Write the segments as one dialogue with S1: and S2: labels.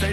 S1: 在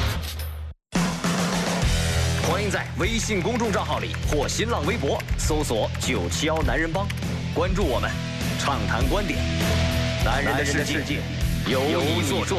S2: 欢迎在微信公众账号里或新浪微博搜索“九七幺男人帮”，关注我们，畅谈观点。男人的世界由你做主。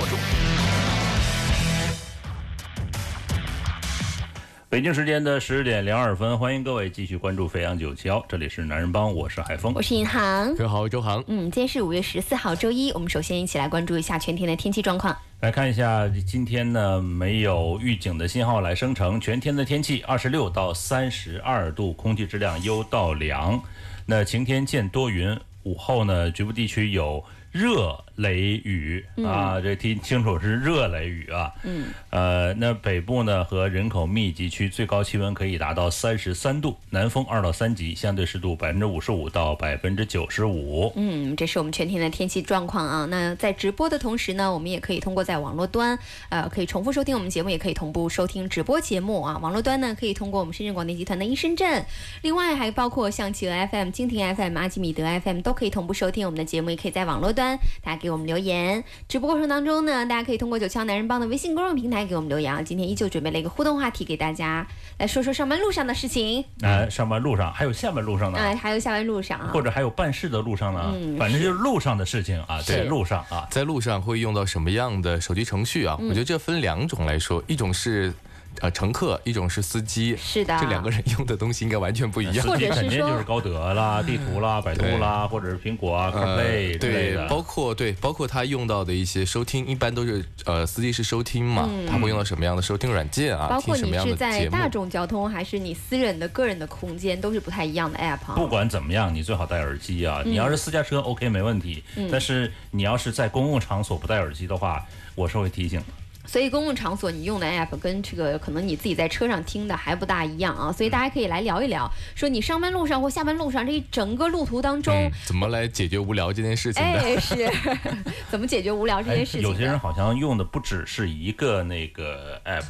S3: 北京时间的十点零二分，欢迎各位继续关注飞扬九七幺，这里是男人帮，我是海峰
S4: 我。是银行。
S5: 各位好，周航。
S4: 嗯，今天是五月十四号，周一。我们首先一起来关注一下全天的天气状况。
S3: 来看一下今天呢，没有预警的信号来生成，全天的天气二十六到三十二度，空气质量优到良。那晴天见多云，午后呢局部地区有热雷雨、啊，这听清楚是热雷雨啊。嗯。呃，那北部呢和人口密集区最高气温可以达到三十三度，南风二到三级，相对湿度百分之五十五到百分之九十五。
S4: 嗯，这是我们全天的天气状况啊。那在直播的同时呢，我们也可以通过在网络端，呃，可以重复收听我们节目，啊也可以同步收听直播节目啊。网络端呢，可以通过我们深圳广电集团的一深圳， 另外还包括像企鹅 FM、蜻蜓 FM、阿基米德 FM 都可以同步收听我们的节目，也可以在网络端大家给我们留言。直播过程当中呢，大家可以通过九霄男人帮的微信公众平台给我们留言啊。今天依旧准备了一个互动话题给大家来说说上班路上的事情，
S3: 呃，上班路上还有下班路上呢，
S4: 啊，还有下班路上啊，
S3: 或者还有办事的路上呢，
S4: 嗯
S3: 反正就是路上的事情啊，
S4: 是
S3: 对，路上啊，
S5: 在路上会用到什么样的手机程序啊？
S4: 嗯
S5: 我觉得这分两种来说，一种是呃乘客，一种是司机。
S4: 是的
S5: 这两个人用的东西应该完全不一样。
S4: 或者
S3: 司机
S4: 是
S3: 肯定就
S4: 说嗯
S3: 是高德啦、地图啦、百度啦，或者是苹果啊、CarPlay 之类
S5: 呃对，
S3: 的。
S5: 包括对，包括他用到的一些收听，一般都是呃，司机是收听嘛，他会用到什么样的收听软件啊？
S4: 嗯包
S5: 听
S4: 括
S5: 什
S4: 你
S5: 么样
S4: 是
S5: 的
S4: 在
S5: 节目？
S4: 大众交通还是你私人的个人的空间，都是不太一样的 app 啊。
S3: 不管怎么样，你最好戴耳机啊。
S4: 嗯
S3: 你要是私家车 OK 没问题，但是你要是在公共场所不戴耳机的话，我是会提醒的。
S4: 所以公共场所你用的 app 跟这个可能你自己在车上听的还不大一样啊。所以大家可以来聊一聊，说你上班路上或下班路上这一整个路途当中
S5: 嗯，，怎么来解决无聊这件事情的？
S4: 哎，
S5: 哎
S4: 是 怎么解决无聊这件事情
S3: 哎有些人
S4: 的？
S3: 好像用的不只是一个那个 app，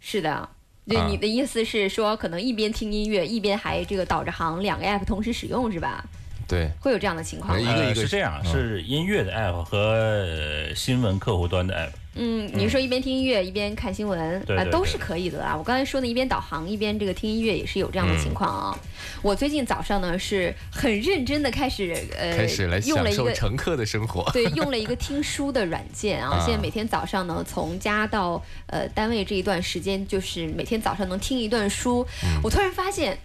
S4: 是的。对，
S5: 啊
S4: 你的意思是说，可能一边听音乐，一边还这个导着航，两个 app 同时使用是吧？
S5: 对，
S4: 会有这样的情况
S5: 哎
S4: 吗？
S5: 一个
S3: 呃
S5: 一个
S3: 是这样，
S5: 嗯
S3: 是音乐的 app 和呃新闻客户端的 app。
S4: 嗯，你说一边听音乐一边看新闻啊、
S3: 对对
S4: 都是可以的啊。我刚才说的，一边导航一边这个听音乐也是有这样的情况啊。我最近早上呢是很认真的开始呃，
S5: 开始来
S4: 用
S5: 享
S4: 了一
S5: 受
S4: 个
S5: 乘客的生 活。
S4: 对，用了一个听书的软件啊。
S5: 啊
S4: 现在每天早上呢，从家到呃单位这一段时间，就是每天早上能听一段书。我突然发现。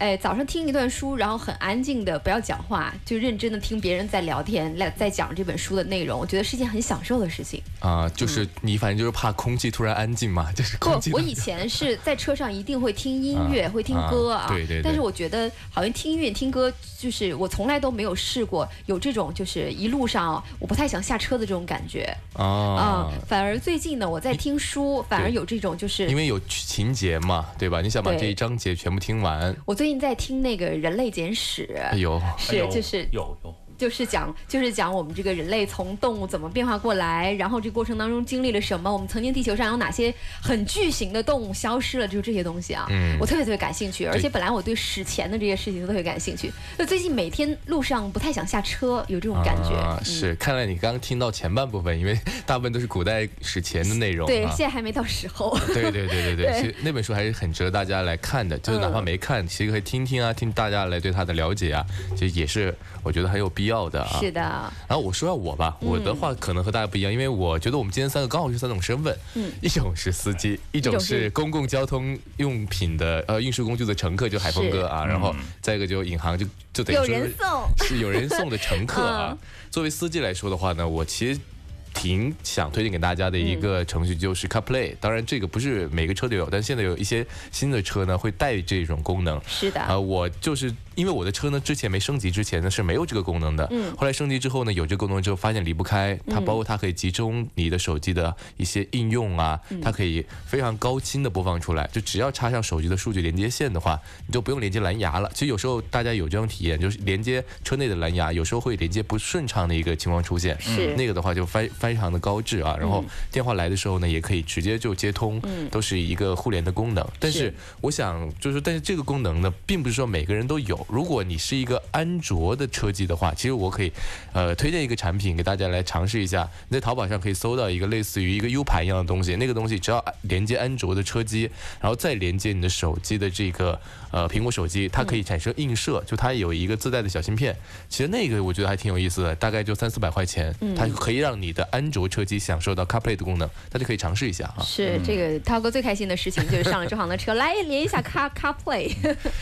S4: 哎，早上听一段书，然后很安静的，不要讲话，就认真的听别人在聊天，来在讲这本书的内容，我觉得是一件很享受的事情。
S5: 啊、就是你反正就是怕空气突然安静嘛，就是空
S4: 嗯不
S5: 气，突
S4: 我
S5: 然。
S4: 以前是在车上一定会听音乐，
S5: 啊
S4: 会听歌啊。
S5: 啊对对对
S4: 但是我觉得好像听音乐、听歌，就是我从来都没有试过有这种，就是一路上哦我不太想下车的这种感觉啊、
S5: 啊，
S4: 反而最近呢，我在听书，反而有这种就是
S5: 因。为有情节嘛，对吧？你想把
S4: 对
S5: 这一章节全部听完，
S4: 我最近在听那个《人类简史
S5: 哎》呦，
S4: 是
S3: 哎呦
S4: 就是
S3: 有有。
S4: 就是讲就是讲我们这个人类从动物怎么变化过来，然后这过程当中经历了什么，我们曾经地球上有哪些很巨型的动物消失了，就是这些东西啊，
S5: 嗯
S4: 我特别特别感兴趣，而且本来我对史前的这些事情都特别感兴趣，就最近每天路上不太想下车，有这种感觉，
S5: 啊、
S4: 嗯
S5: 是。看来你刚刚听到前半部分，因为大部分都是古代史前的内容、啊。
S4: 对，现在还没到时 候。
S5: 对对 对对
S4: 对
S5: 对，
S4: 嗯
S5: 其实那本书还是很值得大家来看的，就是哪怕没看，其实可以听听啊，听大家来对它的了解啊，其实也是我觉得很有必要的啊。
S4: 是的，
S5: 然后我说下我吧，我
S4: 嗯
S5: 的话可能和大家不一样，因为我觉得我们今天三个刚好是三种身份，
S4: 嗯
S5: 一种是司机，一种是公共交通用品的呃运输工具的乘客，就海峰哥啊，然后再一个就引航就就等于
S4: 有
S5: 说
S4: 人
S5: 是
S4: 送，嗯
S5: 是有人送的乘客啊。作为司机来说的话呢，我其实。挺想推荐给大家的一
S4: 嗯
S5: 个程序，就是 CarPlay。当然，这个不是每个车都有，但现在有一些新的车呢会带这种功能。
S4: 是的
S5: 啊、我就是因为我的车呢之前没升级之前呢是没有这个功能的，
S4: 嗯
S5: 后来升级之后呢有这个功能之后发现离不开它，包括它可以集中你的手机的一些应用啊，
S4: 嗯
S5: 它可以非常高清的播放出来，就只要插上手机的数据连接线的话，你就不用连接蓝牙了。其实有时候大家有这种体验，就是连接车内的蓝牙有时候会连接不顺畅的一个情况出现，
S4: 是嗯
S5: 那个的话就非非常的高质啊，然后电话来的时候呢也可以直接就接通，都是一个互联的功能，但是
S4: 是。
S5: 我想就是，但是这个功能呢，并不是说每个人都有。如果你是一个安卓的车机的话，其实我可以，呃，推荐一个产品给大家来尝试一下。你在淘宝上可以搜到一个类似于一个 U 盘一样的东西，那个东西只要连接安卓的车机，然后再连接你的手机的这个呃苹果手机，它可以产生映射，就它有一个自带的小芯片。其实那个我觉得还挺有意思的，大概就三四百块钱，它可以让你的安卓车机享受到 CarPlay 的功能，大家可以尝试一下啊。
S4: 是这个涛哥最开心的事情就是上了 这行的车，来连一下 Car CarPlay，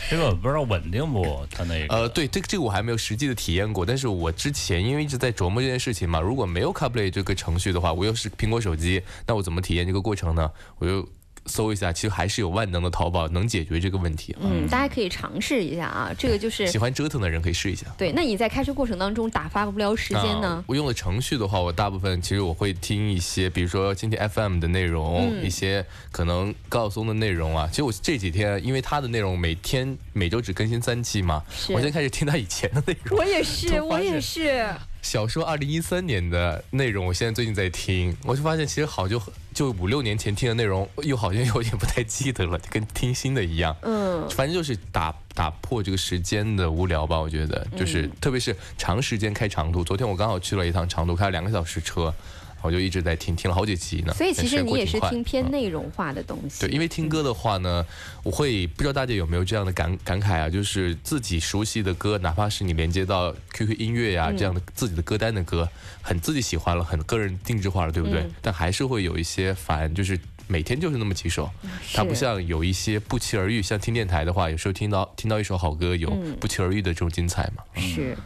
S3: 这个我不知道稳定不，它那个
S5: 呃，对，这个这个我还没有实际的体验过，但是我之前因为一直在琢磨这件事情嘛，如果没有 CarPlay 这个程序的话，我又是苹果手机，那我怎么体验这个过程呢？我就搜一下，其实还是有万能的淘宝能解决这个问题啊。
S4: 嗯，大家可以尝试一下啊，这个就是
S5: 喜欢折腾的人可以试一下。
S4: 对。那你在开车过程当中打发无聊时间
S5: 啊
S4: 呢？
S5: 我用的程序的话，我大部分其实我会听一些，比如说今天 FM 的内容，
S4: 嗯
S5: 一些可能高晓松的内容啊。其实我这几天因为他的内容每天每周只更新三期嘛，
S4: 是
S5: 我先开始听他以前的内容。
S4: 我也是，
S5: 突发
S4: 我也
S5: 现
S4: 是，
S5: 小说二零一三年的内容，我现在最近在听，我就发现其实好就就五六年前听的内容，又好像有点不太记得了，就跟听新的一样。
S4: 嗯，
S5: 反正就是打打破这个时间的无聊吧，我觉得
S4: 嗯
S5: 就是、特别是长时间开长途。昨天我刚好去了一趟长途，开了两个小时车，我就一直在听，听了好几集呢。
S4: 所以其
S5: 但
S4: 实你
S5: 过
S4: 也
S5: 挺
S4: 是
S5: 快
S4: 听偏
S5: 嗯
S4: 内容化的东西。
S5: 对，因为听歌的话呢，我会不知道大家有没有这样的感感慨啊，就是自己熟悉的歌，哪怕是你连接到 QQ 音乐呀、这样的自己的歌单的歌，很自己喜欢了，很个人定制化了，对不对？但还是会有一些烦，就是每天就是那么几首，它不
S4: 是
S5: 像有一些不期而遇，像听电台的话，有时候听到听到一首好歌，有不期而遇的这种精彩嘛。
S4: 是，
S5: 嗯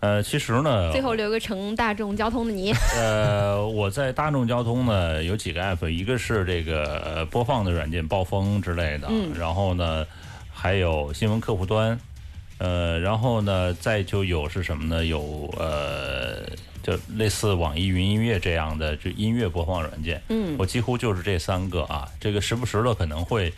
S3: 呃，其实呢，
S4: 最后留个乘大众交通的 你，
S3: 呃，我在大众交通呢有几个 app，一个是这个呃播放的软件暴风之类的，
S4: 嗯
S3: 然后呢还有新闻客户端，呃，然后呢再就有是什么呢？有呃，就类似网易云音乐这样的就音乐播放软件，嗯，我几乎就是这三个啊，这个时不时的可能会。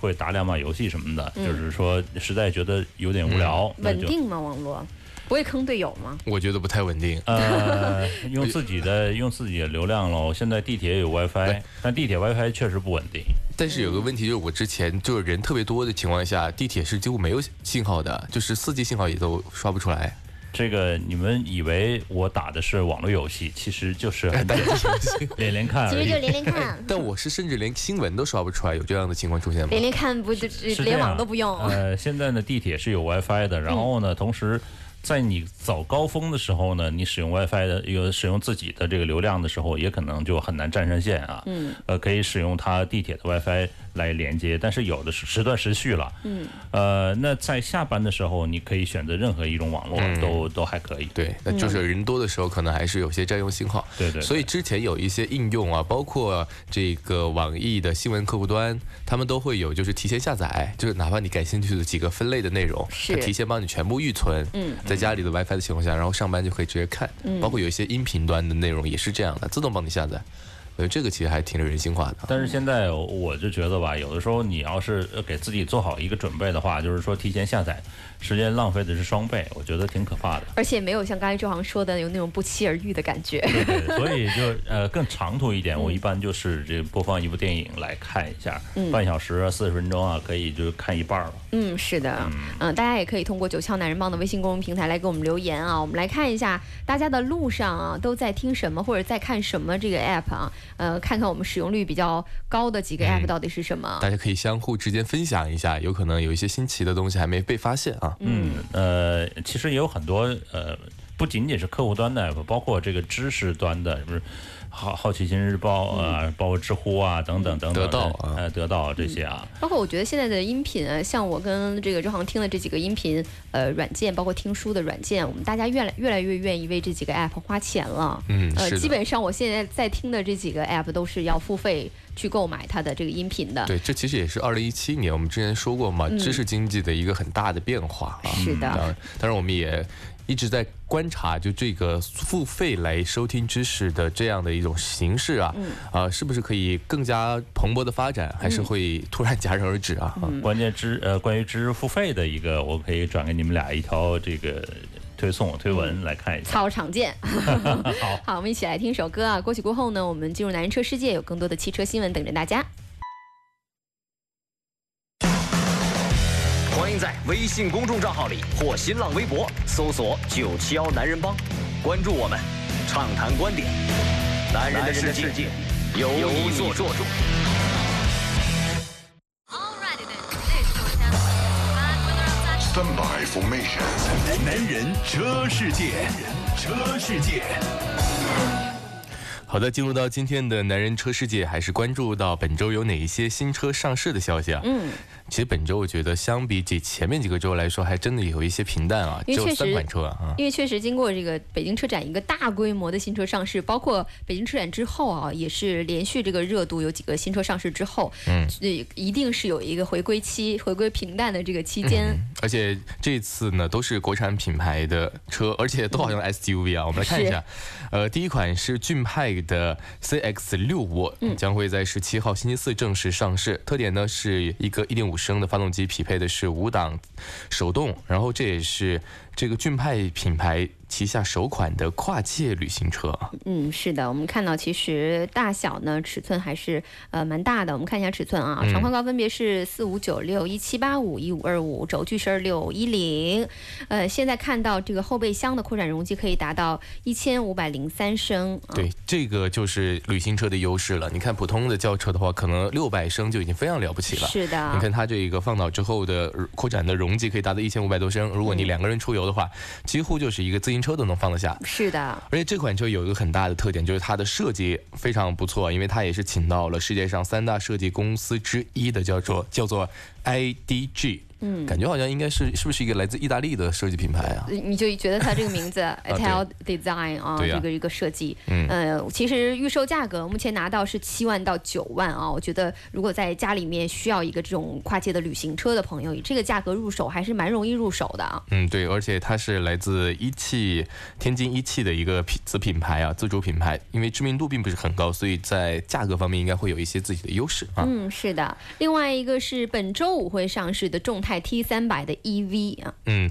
S3: 会打两把游戏什么的，就是说实在觉得有点无聊，那
S4: 嗯稳
S3: 就
S4: 定吗？网络不会坑队友吗？
S5: 我觉得不太稳定。
S3: 呃， 用自己的用自己的流量喽。现在地铁也有 WiFi，但地铁 WiFi 确实不稳定。
S5: 但是有个问题就是，我之前就是人特别多的情况下，地铁是几乎没有信号的，就是四 G 信号也都刷不出来。
S3: 这个你们以为我打的是网络游戏，其实就是很简单连连
S5: 啊
S3: 看而已。
S4: 连连 看，
S5: 但我是甚至连新闻都刷不出来，有这样的情况出现吗？
S4: 连连看不就是
S3: 这
S4: 连
S3: 样
S4: 网都不用。
S5: 啊
S4: 嗯
S3: 呃，现在呢，地铁是有 WiFi 的，然后呢，同时在你早高峰的时候呢，你使用 WiFi 的有使用自己的这个流量的时候，也可能就很难占上线啊。嗯。呃，可以使用它地铁的 WiFi 来连接，但是有的是时断时续了。嗯。呃，那在下班的时候，你可以选择任何一种网络，都都还可以。
S5: 对，那就是人多的时候，可能还是有些占用信号。
S3: 对对对
S5: 所以之前有一些应用啊，包括这个网易的新闻客户端，他们都会有就是提前下载，就是哪怕你感兴趣的几个分类的内容，
S4: 是
S5: 它提前帮你全部预存。嗯，在家里的 WiFi 的情况下，然后上班就可以直接看。包括有一些音频端的内容也是这样的，自动帮你下载。我觉得这个其实还挺人性化的。
S3: 但是现在我就觉得吧，有的时候你要是呃给自己做好一个准备的话，就是说提前下载，时间浪费的是双倍，我觉得挺可怕的。
S4: 而且没有像刚才周航说的有那种不期而遇的感觉。
S3: 对对，所以就呃更长途一点，我一般就是这播放一部电影来看一下，半小时啊、四十分钟啊，可以就看一半儿了。
S4: 嗯，是的，嗯、大家也可以通过九窍男人帮的微信公众平台来给我们留言啊。我们来看一下大家的路上啊都在听什么或者在看什么这个 app 啊，呃，看看我们使用率比较高的
S5: 嗯
S4: 几个 app 到底是什么。啊
S5: 大家可以相互之间分享一下，有可能有一些新奇的东西还没被发现啊。
S3: 嗯，呃，其实也有很多呃不不仅仅是客户端的 app，包括这个知识端的，是不是？好好奇心日报啊，包括知乎啊，等等等等，
S5: 得到啊
S3: 呃，得到这些啊，
S4: 包括我觉得现在的音频啊，像我跟这个周航听的这几个音频呃软件，包括听书的软件，我们大家越来越来越愿意为这几个 app 花钱了。
S5: 嗯
S4: 呃
S5: 是，的
S4: 基本上我现在在听的这几个 app 都是要付费去购买它的这个音频的。嗯
S5: 对，这其实也是二零一七年我们之前说过嘛，知识经济的一个很大的变化啊。
S4: 是的
S5: 当然，当然我们也一直在观察，就这个付费来收听知识的这样的一种形式啊，
S4: 嗯
S5: 啊，是不是可以更加蓬勃的发展，还是会突然戛然而止啊？
S4: 嗯
S5: 啊
S3: 关键知呃，关于知识付费的一个，我可以转给你们俩一条这个推送推文来看一下。
S4: 操场 见。好，我们一起来听首歌啊。过去过后呢，我们进入男人车世界，有更多的汽车新闻等着大家。
S2: 欢迎在微信公众账号里或新浪微博搜索“九七幺男人帮”，关注我们，畅谈观点。男人的世界由你做主。
S6: Standby formation.
S1: 男人车世界，车世界，
S5: 好的，进入到今天的男人车世界，还是关注到本周有哪一些新车上市的消息啊？嗯，其实本周我觉得相比起前面几个周来说，还真的有一些平淡啊，只
S4: 因为
S5: 有
S4: 确
S5: 三
S4: 实
S5: 款车啊。啊
S4: 因为确实经过这个北京车展一个大规模的新车上市，包括北京车展之后啊，也是连续这个热度有几个新车上市之后，嗯，一定是有一个回归期、回归平淡的这个期间。
S5: 而且这次呢都是国产品牌的车，而且都好像 SUV 啊。我们来看一下，呃，第一款是骏派的 CX 六五，将会在十七号星期四正式上市。特点呢是一个一点五升的发动机，匹配的是五档手动，然后这也是这个骏派品牌旗下首款的跨界旅行车啊。
S4: 嗯，是的，我们看到其实大小呢，尺寸还是呃蛮大的。我们看一下尺寸啊，长宽高分别是四五九六、一七八五、一五二五，轴距是二六一零。呃，现在看到这个后备箱的扩展容积可以达到一千五百零三升。啊、
S5: 对，这个就是旅行车的优势了。你看普通的轿车的话，可能六百升就已经非常了不起了。
S4: 是的
S5: 你看它这个放倒之后的呃扩展的容积可以达到一千五百多升，
S4: 嗯
S5: 如果你两个人出游的话，几乎就是一个自行车都能放得下。
S4: 是的，
S5: 而且这款车有一个很大的特点，就是它的设计非常不错，因为它也是请到了世界上三大设计公司之一的，叫做叫做 IDG。嗯，感觉好像应该是是不是一个来自意大利的设计品牌啊？
S4: 你就觉得它这个 名字 Ital Design 啊，
S5: 对呀
S4: 这个一个设计，
S5: 嗯
S4: 呃，其实预售价格目前拿到是七万到九万啊，我觉得如果在家里面需要一个这种跨界的旅行车的朋友，以这个价格入手还是蛮容易入手的啊。
S5: 嗯，对，而且它是来自一汽天津一汽的一个品子品牌啊，自主品牌，因为知名度并不是很高，所以在价格方面应该会有一些自己的优势啊。
S4: 嗯，是的。另外一个是本周五会上市的众泰 T 三百的 EV 啊，
S5: 嗯，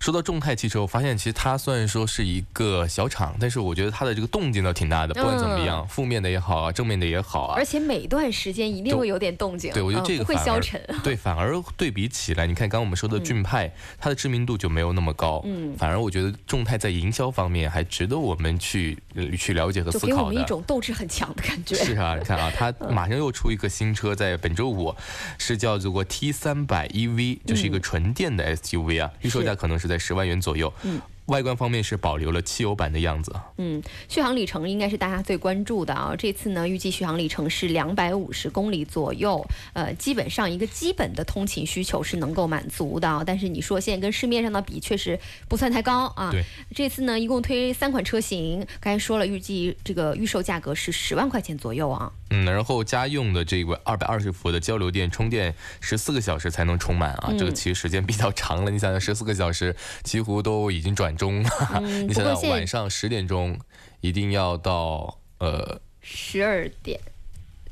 S5: 说到众泰汽车，我发现其实它虽然说是一个小厂，但是我觉得它的这个动静倒挺大的，不管怎么样，负面的也好啊，正面的也好啊
S4: 嗯而。且每段时间一定会有点动静，
S5: 对，我觉得
S4: 嗯
S5: 这个
S4: 不会
S5: 反
S4: 消
S5: 而
S4: 沉。嗯
S5: 对，反而对比起来，你看刚刚我们说的骏派，它的知名度就没有那么高。嗯，反而我觉得众泰在营销方面还值得我们去呃去了解和
S4: 就
S5: 思
S4: 给我
S5: 考
S4: 们
S5: 的
S4: 一。种斗志很强的感觉。
S5: 是啊，你看啊，它
S4: 嗯
S5: 马上又出一个新车，在本周五是叫做 T 三百 EV，就是
S4: 嗯
S5: 一个纯电的 SUV 啊，预售价可能是在十万元左右。外观方面是保留了汽油版的样子，
S4: 嗯，续航里程应该是大家最关注的啊。这次呢，预计续航里程是两百五十公里左右，呃，基本上一个基本的通勤需求是能够满足的啊。但是你说现在跟市面上的比，确实不算太高啊。
S5: 对，
S4: 这次呢，一共推三款车型，刚才说了，预计这个预售价格是十万块钱左右啊。
S5: 嗯，然后家用的这个二百二十伏的交流电充电十四个小时才能充满啊，
S4: 嗯
S5: 这个其实时间比较长了。你想想，十四个小时几乎都已经转钟了，你想
S4: 嗯不过
S5: 想
S4: 现
S5: 晚上十点钟一定要到呃，
S4: 十二点，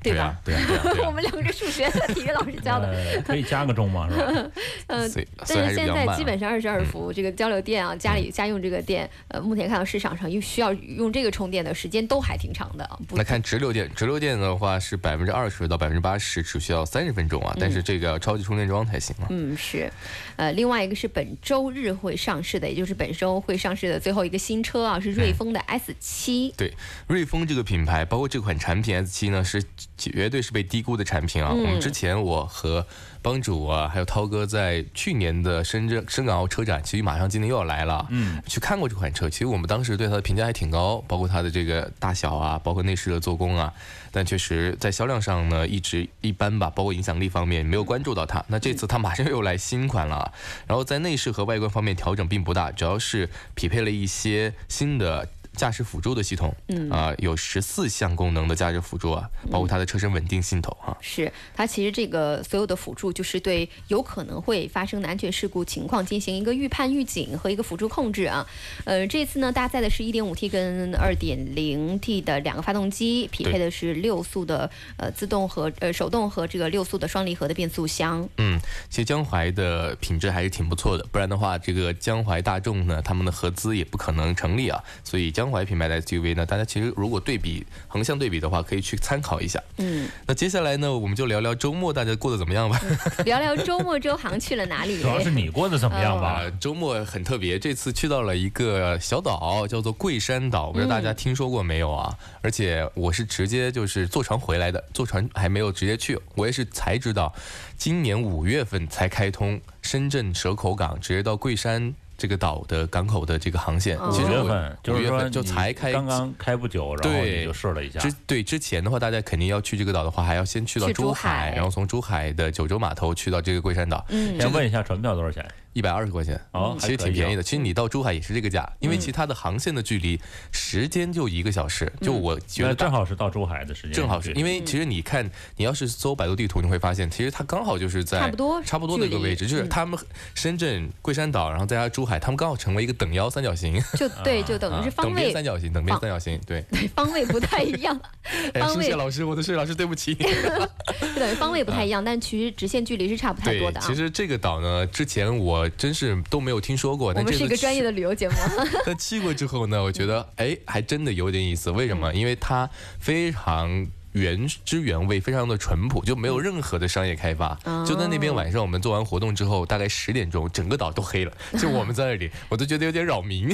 S4: 对
S5: 对
S4: 吧？
S5: 啊，对啊，对啊，对
S4: 我
S5: 啊，
S4: 们两个数学和体育老师教的。
S3: 呃，可以加个钟吗？是吧？
S4: 呃
S5: 所以所以
S4: 但
S5: 还
S4: 是
S5: 是
S4: 现
S5: 比较慢
S4: 在
S5: 啊嗯
S4: 基本上二十二伏这个交流电啊，家里家用这个电，呃，目前看到市场上又需要用这个充电的时间都还挺长的，啊不
S5: 那看直流电，直流电的话是百分之二十到百分之八十，只需要三十分钟啊。但是这个超级充电桩才行啊。
S4: 嗯，是，呃，另外一个是本周日会上市的，也就是本周会上市的最后一个新车
S5: 嗯
S4: 啊，是瑞风的 S 七、
S5: 对，瑞风这个品牌，包括这款产品 S 七呢，是绝对是被低估的产品啊。
S4: 嗯
S5: 我们之前我和帮主啊，还有涛哥在去年的深圳深港澳车展，其实马上今年又要来了，嗯，去看过这款车。其实我们当时对它的评价还挺高，包括它的这个大小啊，包括内饰的做工啊，但确实在销量上呢一直一般吧，包括影响力方面没有关注到它。那这次它马上又来新款了啊，然后在内饰和外观方面调整并不大，主要是匹配了一些新的驾驶辅助的系统，嗯啊、有十四项功能的驾驶辅助啊，包括它的车身稳定系统啊，
S4: 是它其实这个所有的辅助，就是对有可能会发生的安全事故情况进行一个预判、预警和一个辅助控制啊。呃，这次呢搭载的是 1.5T 跟 2.0T 的两个发动机，匹配的是六速的呃自动和呃手动和这个六速的双离合的变速箱。
S5: 嗯，其实江淮的品质还是挺不错的，不然的话，这个江淮大众呢，他们的合资也不可能成立啊。所以江淮品牌的 SUV 呢，大家其实如果对比横向对比的话，可以去参考一下。
S4: 嗯，
S5: 那接下来呢，我们就聊聊周末大家过得怎么样吧。
S4: 聊聊周末周航去了哪 里
S3: 主？要是你过得怎么样吧
S5: 啊？，周末很特别，这次去到了一个小岛，叫做桂山岛，不知道大家听说过没有啊？而且我是直接就是坐船回来的，坐船还没有直接去，我也是才知道，今年五月份才开通深圳蛇口港直接到桂山。这个岛的港口的这个航线，
S4: 哦
S5: 其
S3: 五
S5: 实
S3: 月
S5: 我
S3: 份就
S5: 五
S3: 是
S5: 月
S3: 说
S5: 份就
S3: 你
S5: 才开
S3: 刚刚开不久，然后
S5: 对
S3: 你就试了一下，
S5: 之对之前的话，大家肯定要去这个岛的话，还要先去到
S4: 去珠
S5: 珠海，
S4: 海
S5: 然后从珠海的九州码头去到这个桂山岛，
S3: 先问一下船票多少钱？
S5: 一百二十块钱，嗯
S3: 哦还
S5: 其实
S3: 可
S5: 挺
S3: 以
S5: 便
S3: 哦嗯
S5: 宜的。其实你到珠海也是这个价，因为其他的航线的距离时间就一个小时，就我觉
S3: 嗯那
S5: 得
S3: 正
S5: 大。
S3: 好嗯是到珠海的时间，
S5: 正好是因
S3: 为
S5: 为其实你看，你要是搜百度地图，你会发现其实它刚好就是在
S4: 差不多
S5: 差不多的一个
S4: 距离嗯
S5: 位置，就是他们深圳桂山岛，然后再加珠海，他们刚好成为一个等腰三角形，
S4: 就对，就等于是方
S5: 啊等边
S4: 位
S5: 三角形，等边
S4: 方
S5: 三角形， 对。
S4: 对方位不太一样，
S5: 哎，
S4: 方
S5: 数
S4: 位
S5: 学老师，我的数学老师，对 不起。
S4: 就等于方位不太一样，但其实直线距离是差不太
S5: 对
S4: 多的，啊
S5: 其。实这个岛呢，之前我真是都没有听说过。
S4: 我
S5: 但
S4: 们
S5: 这
S4: 是一
S5: 次
S4: 个专业的旅游节目，
S5: 但去过之后呢，我觉得哎，还真的有点意思。为什么？因为它非常。原汁原味，非常的淳朴，就没有任何的商业开发。就在那边晚上，我们做完活动之后，大概十点钟，整个岛都黑了，就我们在那里，我都觉得有点扰民。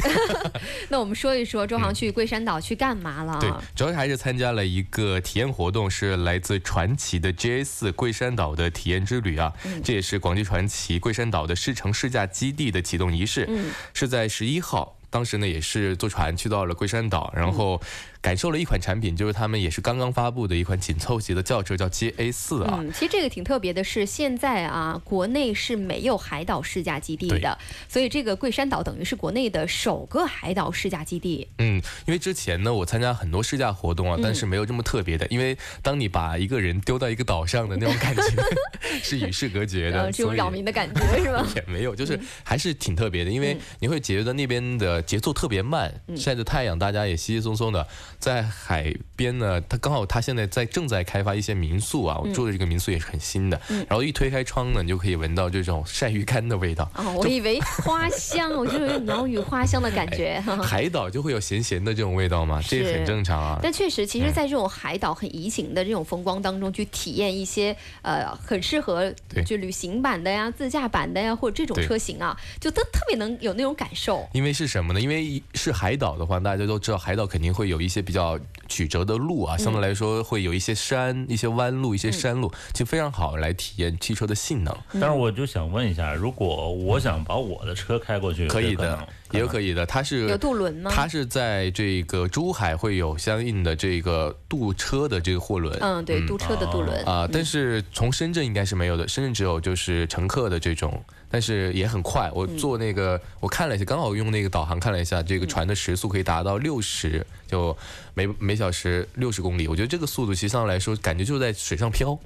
S4: 那我们说一说周航去桂山岛去干嘛了啊？
S5: 嗯对，主要还是参加了一个体验活动，是来自传奇的 GA 四桂山岛的体验之旅啊，
S4: 嗯
S5: 这也是广汽传祺桂山岛的试乘试驾基地的启动仪式，
S4: 嗯
S5: 是在十一号。当时呢，也是坐船去到了桂山岛，然后
S4: 嗯
S5: 感受了一款产品，就是他们也是刚刚发布的一款紧凑级的轿车，叫 GA 四啊。
S4: 嗯，其实这个挺特别的是，现在啊，国内是没有海岛试驾基地的，所以这个桂山岛等于是国内的首个海岛试驾基地。
S5: 嗯，因为之前呢，我参加很多试驾活动
S4: 嗯
S5: 啊，但是没有这么特别的，因为当你把一个人丢到一个岛上的那种感觉 是与世隔绝的，
S4: 呃，这种
S5: 所以
S4: 扰民的 感觉是吧？
S5: 也没有，
S4: 嗯
S5: 就是还是挺特别的，因为你会觉得那边的节奏特别慢，
S4: 嗯
S5: 晒着太阳，大家也稀稀松松的。在海边呢，它刚好它现在在正在开发一些民宿啊，我住的这个民宿也是很新的，
S4: 嗯
S5: 然后一推开窗呢，你就可以闻到这种晒鱼干的味道。
S4: 啊、我以为花香，我就有点鸟语花香的感
S5: 哎
S4: 觉。哈哈。
S5: 海岛就会有咸咸的这种味道嘛，这
S4: 嗯是
S5: 也很正常啊。
S4: 但确实，其实，在这种海岛很怡情的这种风光当中，去体验一些呃很适合
S5: 对
S4: 就旅行版的呀、自驾版的呀，或者这种
S5: 对
S4: 车型啊，就都特别能有那种感受。
S5: 因为是什么呢？因为是海岛的话，大家都知道海岛肯定会有一些比较曲折的路
S4: 嗯
S5: 啊，相对来说会有一些山、一些弯路、一些山路，就非常好来体验汽车的性能。
S3: 但是我就想问一下，如果我想把我的车开过去，
S5: 可以
S3: 有能
S5: 的，也有可以的，它是
S4: 有渡轮吗
S5: 它是在这个珠海会有相应的这个渡车的这个货轮。
S4: 嗯，对，渡车的渡轮。
S5: 啊、但是从深圳应该是没有的，深圳只有就是乘客的这种，但是也很快。我坐那个，我看了一下，刚好用那个导航看了一下，这个船的时速可以达到六十，就每每小时六十公里。我觉得这个速度其实上来说，感觉就在水上漂。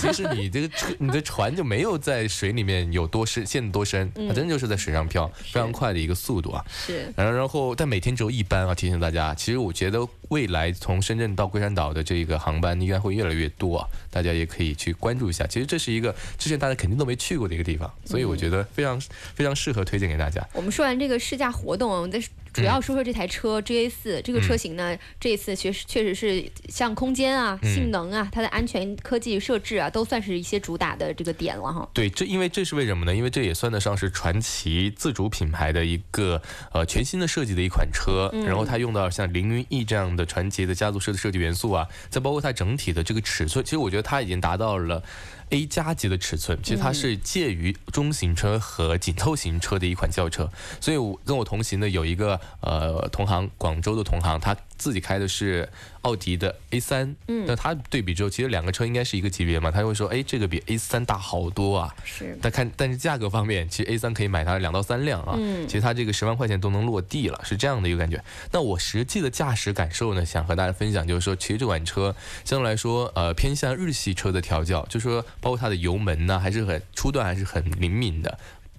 S5: 其实你这个车，你的船就没有在水里面有多深，陷得多深，它真的就是在水上漂，非常快的一个速度啊。
S4: 是，
S5: 然后，然后，但每天只有一班啊！提醒大家，其实我觉得未来从深圳到龟山岛的这个航班应该会越来越多啊，大家也可以去关注一下。其实这是一个之前大家肯定都没去过的一个地方，所以我觉得非常、非常适合推荐给大家。嗯
S4: 我们说完这个试驾活动，我们再主要说说这台车 GA 四这个车型呢，这次确实确实是像空间啊、
S5: 嗯
S4: 性能啊、它的安全科技设置啊，都算是一些主打的这个点了哈。
S5: 对，这因为这是为什么呢？因为这也算得上是传奇自主品牌的一个呃全新的设计的一款车，然后它用到像凌云翼这样的传奇的家族式的设计元素啊，再包括它整体的这个尺寸，其实我觉得它已经达到了 A 加级的尺寸，其实它是介于中型车和紧凑型车的一款轿车。所以我跟我同行的有一个呃同行，广州的同行，他自己开的是奥迪的 A 3那他对比之后，其实两个车应该是一个级别嘛，他会说，哎，这个比 A 3大好多啊。
S4: 是，
S5: 但看，但是价格方面，其实 A 3可以买它两到三辆啊，其实它这个十万块钱都能落地了，是这样的一个感觉。那我实际的驾驶感受呢，想和大家分享，就是说，其实这款车相对来说，呃，偏向日系车的调教，就是说，包括它的油门呢、还是很初段还是很灵敏的。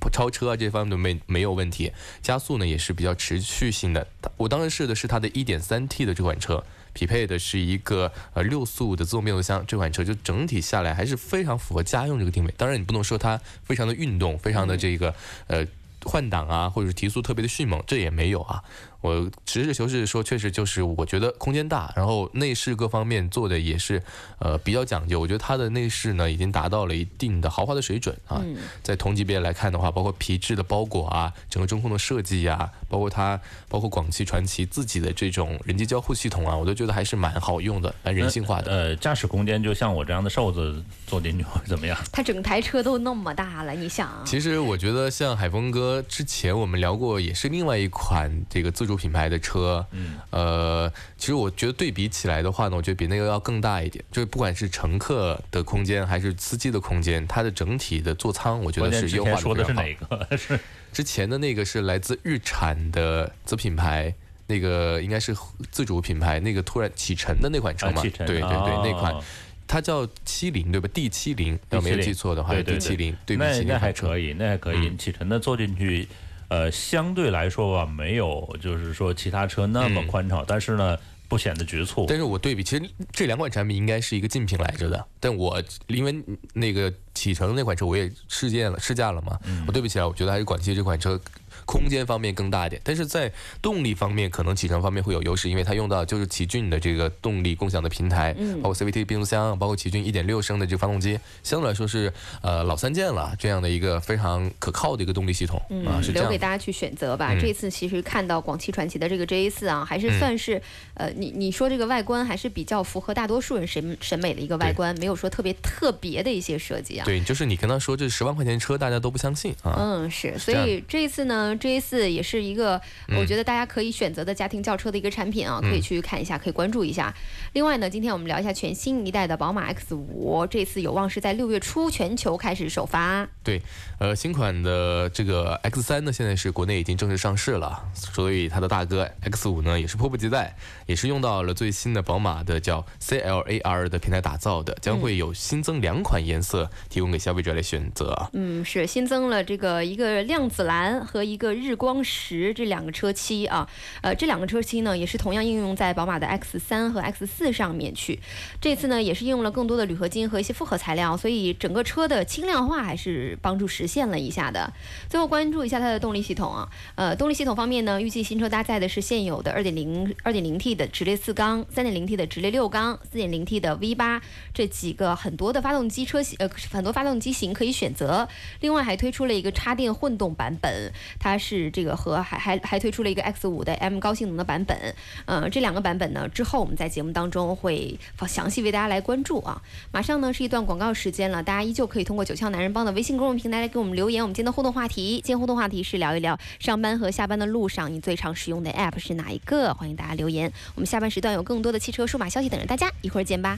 S5: 超车啊这方面都没没有问题，加速呢也是比较持续性的。它我当时试的是它的 1.3T 的这款车，匹配的是一个呃六速的自动变速箱，这款车就整体下来还是非常符合家用这个定位。当然你不能说它非常的运动，非常的这个呃换挡啊，或者是提速特别的迅猛，这也没有啊。我实事求是说，确实就是我觉得空间大，然后内饰各方面做的也是呃比较讲究。我觉得它的内饰呢已经达到了一定的豪华的水准啊。在同级别来看的话，包括皮质的包裹啊，整个中控的设计啊，包括它包括广汽传祺自己的这种人机交互系统啊，我都觉得还是蛮好用的，蛮人性化的。
S3: 呃，驾驶空间就像我这样的瘦子坐进去会怎么样？
S4: 它整台车都那么大了，你想啊，
S5: 其实我觉得像海峰哥之前我们聊过，也是另外一款这个自主品牌的车，嗯，呃，其实我觉得对比起来的话呢，我觉得比那个要更大一点，就是不管是乘客的空间还是司机的空间，它的整体的座舱我觉
S3: 关
S5: 得
S3: 键
S5: 是
S3: 之
S5: 优化
S3: 前
S5: 得
S3: 说的
S5: 非
S3: 是
S5: 常好
S3: 哪个？是
S5: 之前的那个是来自日产的子品牌。那个应该是自主品牌，那个突然启辰的那款车
S3: 啊
S5: 嘛，
S3: 启辰
S5: 对对对，
S3: 哦
S5: 那款它叫七零对吧？D 七零，
S3: D70
S5: 要没有记错的话，
S3: 对对
S5: D 七零，对比
S3: 那
S5: 起
S3: 那还
S5: 款车嗯
S3: 可以，那还可以。启辰的坐进去，呃，相对来说吧，没有就是说其他车那
S5: 嗯
S3: 么宽敞，但是呢，不显得局促。
S5: 但是我对比，其实这两款产品应该是一个竞品来着的。但我因为那个启辰那款车我也试驾了，试驾了嘛，我对比起来，我觉得还是广汽这款车空间方面更大一点。但是在动力方面，可能启辰方面会有优势，因为它用到就是奇骏的这个动力共享的平台，
S4: 嗯
S5: 包括 CVT 变速箱，包括奇骏1.6升的这个发动机，相对来说是呃老三件了这样的一个非常可靠的一个动力系统、啊，是这
S4: 嗯留
S5: 样
S4: 给
S5: 的。
S4: 大家去选择吧。
S5: 嗯
S4: 这次其实看到广汽传祺的这个 J A 四啊，还是算是、
S5: 嗯
S4: 呃，你你说这个外观还是比较符合大多数人审审美的一个外观，没有说特别特别的一些设计啊。
S5: 对，就是你跟他说这十万块钱车，大家都不相信啊。
S4: 嗯，是，所
S5: 这样嗯
S4: 以这一次呢，J 四也是一个我觉得大家可以选择的家庭轿车的一个产品啊，可以去看一下，可以关注一下。另外呢，今天我们聊一下全新一代的宝马 X 五，这次有望是在六月初全球开始首发。
S5: 对，呃，新款的这个 X 3呢，现在是国内已经正式上市了，所以它的大哥 X 5呢也是迫不及待，也是用到了最新的宝马的叫 CLAR 的平台打造的，
S4: 嗯
S5: 将会有新增两款颜色提供给消费者来选择啊。
S4: 嗯，是新增了这个一个量子蓝和一个日光石这两个车漆啊，呃，这两个车漆呢也是同样应用在宝马的 X 3和 X 4上面去。这次呢也是应用了更多的铝合金和一些复合材料，所以整个车的轻量化还是帮助实现了一下的。最后关注一下它的动力系统啊，呃，动力系统方面呢，预计新车搭载的是现有的2.0 2.0T 的直列四缸、3.0T 的直列六缸、4.0T 的 V 8这几个很多的发动机车型，呃，很多发动机型可以选择。另外还推出了一个插电混动版本，它是这个和还还还推出了一个 X 5的 M 高性能的版本。呃，这两个版本呢，之后我们在节目当中会详细为大家来关注啊。马上呢是一段广告时间了，大家依旧可以通过九窍男人帮的微信公众平台来给我们留言。我们今天的互动话题，今天互动话题是聊一聊上班和下班的路上你最常使用的 App 是哪一个？欢迎大家留言。我们下半时段有更多的汽车数码消息等着大家，一会儿见吧。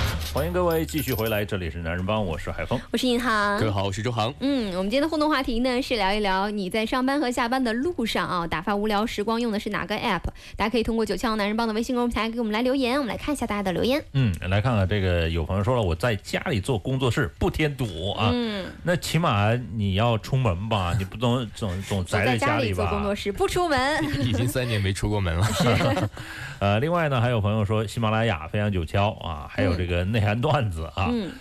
S3: 欢迎各位继续回来，这里是男人帮，我是海峰。
S4: 我是银行
S5: 各。位好，我是周 航。
S4: 嗯，我们今天的互动话题呢是聊一聊你在上班和下班的路上啊，打发无聊时光用的是哪个 app？大家可以通过九霄男人帮的微信公众平台给我们来留言，我们来看一下大家的留言。
S3: 嗯，来看看这个，有朋友说了，我在家里做工作室不添堵啊，
S4: 嗯，
S3: 那起码你要出门吧， 你不能总总
S4: 就
S3: 宅
S4: 在
S3: 家
S4: 里做工
S3: 吧
S4: 作。室，不出 门。
S5: 已经三年没出过门了，
S3: 呃，另外呢，还有朋友说喜马拉雅、飞扬九霄啊，还有这个内涵段子啊，
S4: 嗯，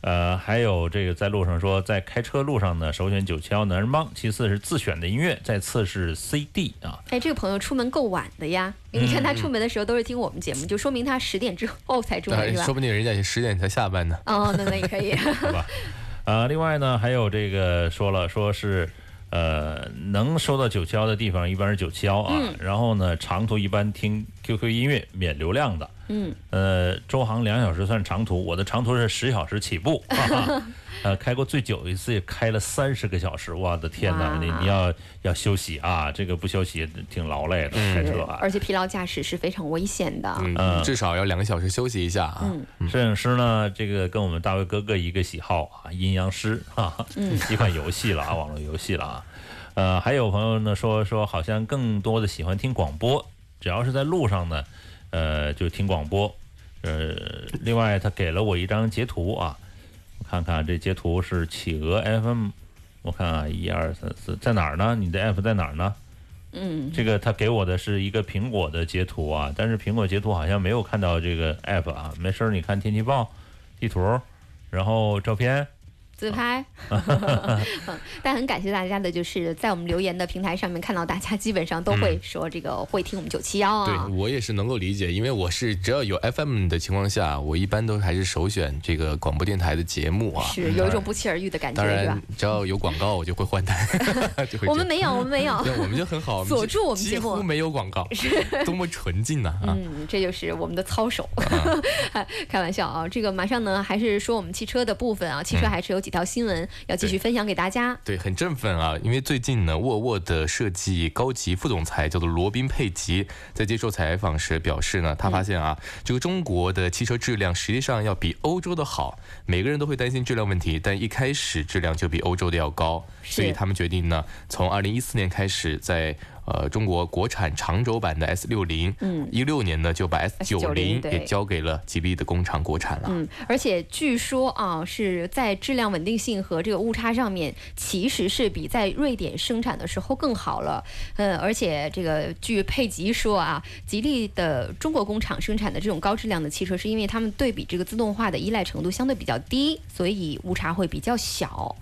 S3: 呃，还有这个在路上说，在开车路上呢，首选九七幺男人帮，其次是自选的音乐，再次是 CD 啊。
S4: 哎，这个朋友出门够晚的呀，你看他出门的时候都是听我们节目，就说明他十点之后才出
S5: 当
S4: 门
S5: 然
S4: 是
S5: 哎说
S4: 吧？
S5: 不定人家也十点才下班呢。
S4: 哦，那那也可以。
S3: 呃，另外呢，还有这个说了，说是呃，能收到九七幺的地方一般是九七幺啊，然后呢，长途一般听 QQ 音乐免流量的。
S4: 嗯，
S3: 呃，周航两小时算长途，我的长途是十小时起步， 哈哈呃，开过最久一次也开了三十个小时，我的天哪，你你要要休息啊，这个不休息挺劳累的，开车啊。
S4: 而且疲劳驾驶是非常危险的。
S5: 嗯，至少要两个小时休息一下啊。
S4: 嗯
S3: 摄影师呢，这个跟我们大卫哥哥一个喜好啊，阴阳师啊，一款游戏了啊，网络游戏了啊。呃，还有朋友呢说说，好像更多的喜欢听广播，只要是在路上呢，呃，就听广播。呃，另外他给了我一张截图啊，我看看这截图是企鹅 FM，我看啊，一二三四，在哪儿呢？你的 app 在哪儿呢？
S4: 嗯，
S3: 这个他给我的是一个苹果的截图啊，但是苹果截图好像没有看到这个 app 啊。没事儿，你看天气预报、地图，然后照片。
S4: 自拍。嗯但很感谢大家的，就是在我们留言的平台上面看到大家基本上都会说这个会听我们九七幺
S5: 对
S4: 啊。
S5: 我也是能够理解，因为我是只要有 FM 的情况下，我一般都还是首选这个广播电台的节目啊。
S4: 是有一种不期而遇的感觉，
S5: 当
S4: 是吧
S5: 然？，只要有广告我就 会换台，就会这样
S4: 我们没有，我们没有。
S5: 对，我们 就很好，我们
S4: 锁住我们
S5: 几
S4: 节目
S5: 乎没有广告，多么纯净呐啊！
S4: 嗯，这就是我们的操守， 开玩笑啊！这个马上呢，还是说我们汽车的部分啊，汽车还是有几条新闻要继续
S5: 嗯对
S4: 分享给大家。
S5: 对，很振奋啊！因为最近呢，沃尔沃的设计高级副总裁叫做罗宾·佩吉，在接受采访时表示呢，他发现啊，这个中国的汽车质量实际上要比欧洲的好。每个人都会担心质量问题，但一开始质量就比欧洲的要高，所以
S4: 是
S5: 他们决定呢，从二零一四年开始在。呃，中国国产长轴版的 S 六零，嗯，一六年呢就把 S 九
S4: S90
S5: 零
S4: 对
S5: 也交给了吉利的工厂国产了。
S4: 嗯，而且据说啊，是在质量稳定性和这个误差上面，其实是比在瑞典生产的时候更好了。嗯，而且这个据佩吉说啊，吉利的中国工厂生产的这种高质量的汽车，是因为他们对比这个自动化的依赖程度相对比较低，所以误差会比较小。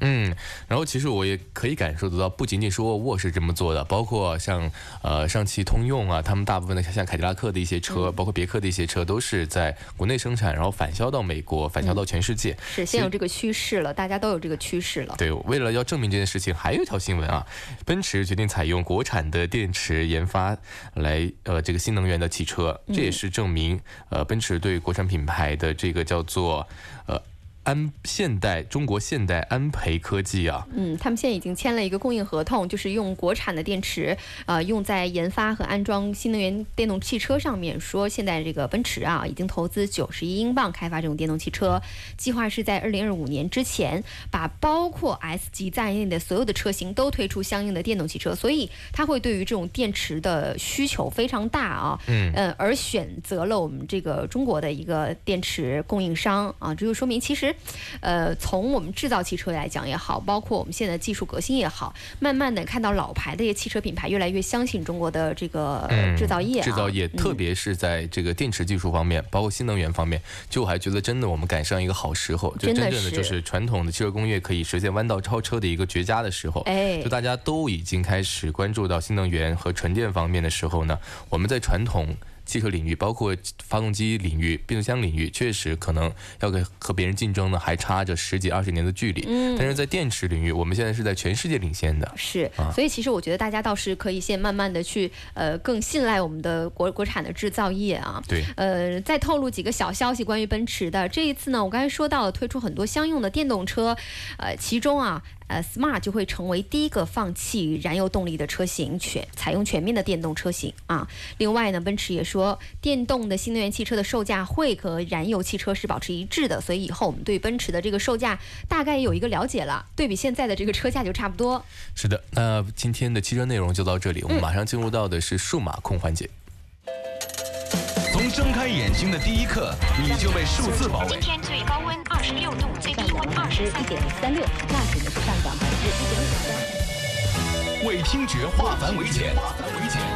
S5: 嗯，然后其实我也可以感受得到，不仅仅是沃尔沃是这么做的，包括像呃上汽通用啊，他们大部分的像凯迪拉克的一些车，包括别克的一些车，都是在国内生产，然后返销到美国，返销到全世界。
S4: 是现有这个趋势了，大家都有这个趋势了。
S5: 对，为了要证明这件事情，还有一条新闻啊，奔驰决定采用国产的电池研发来呃这个新能源的汽车，这也是证明呃奔驰对国产品牌的这个叫做呃安现代中国现代安培科技啊，
S4: 嗯，他们现在已经签了一个供应合同，就是用国产的电池，呃，用在研发和安装新能源电动汽车上面。说现在这个奔驰啊，已经投资九十亿英镑开发这种电动汽车，计划是在二零二五年之前，把包括 S 级在内的所有的车型都推出相应的电动汽车。所以，它会对于这种电池的需求非常大啊。嗯，呃，而选择了我们这个中国的一个电池供应商啊，这就说明其实。呃，从我们制造汽车来讲也好，包括我们现在技术革新也好，慢慢的看到老牌的一些汽车品牌越来越相信中国的这个、呃制造业、啊，
S5: 制造业，特别是在这个电池技术方面，包括新能源方面，就我还觉得真的我们赶上一个好时候，就
S4: 真
S5: 真
S4: 的
S5: 正的就是是传统的汽车工业可以实现弯道超车的一个绝佳的时候。
S4: 哎
S5: 就大家都已经开始关注到新能源和纯电方面的时候呢，我们在传统。汽车领域，包括发动机领域、变速箱领域，确实可能要跟和别人竞争呢，还差着十几二十年的距离。嗯，但是在电池领域，我们现在是在全世界领先的。
S4: 是，所以其实我觉得大家倒是可以先慢慢的去呃更信赖我们的国国产的制造业啊。
S5: 对，
S4: 呃，再透露几个小消息关于奔驰的。这一次呢，我刚才说到了推出很多相应的电动车，呃，其中啊呃，Smart 就会成为第一个放弃燃油动力的车型，全采用全面的电动车型啊。另外呢，奔驰也说，电动的新能源汽车的售价会和燃油汽车是保持一致的，所以以后我们对奔驰的这个售价大概有一个了解了，对比现在的这个车价就差不多。
S5: 是的，那今天的汽车内容就到这
S4: 嗯
S5: 里，我们马上进入到的是数码控环节。
S1: 从睁开眼睛的第一刻，你就被数字包围
S6: 今。天最高温二十六度，最低温二十三
S4: 一点三六，那指的是上涨百分之一点五。
S1: 为听觉化繁为简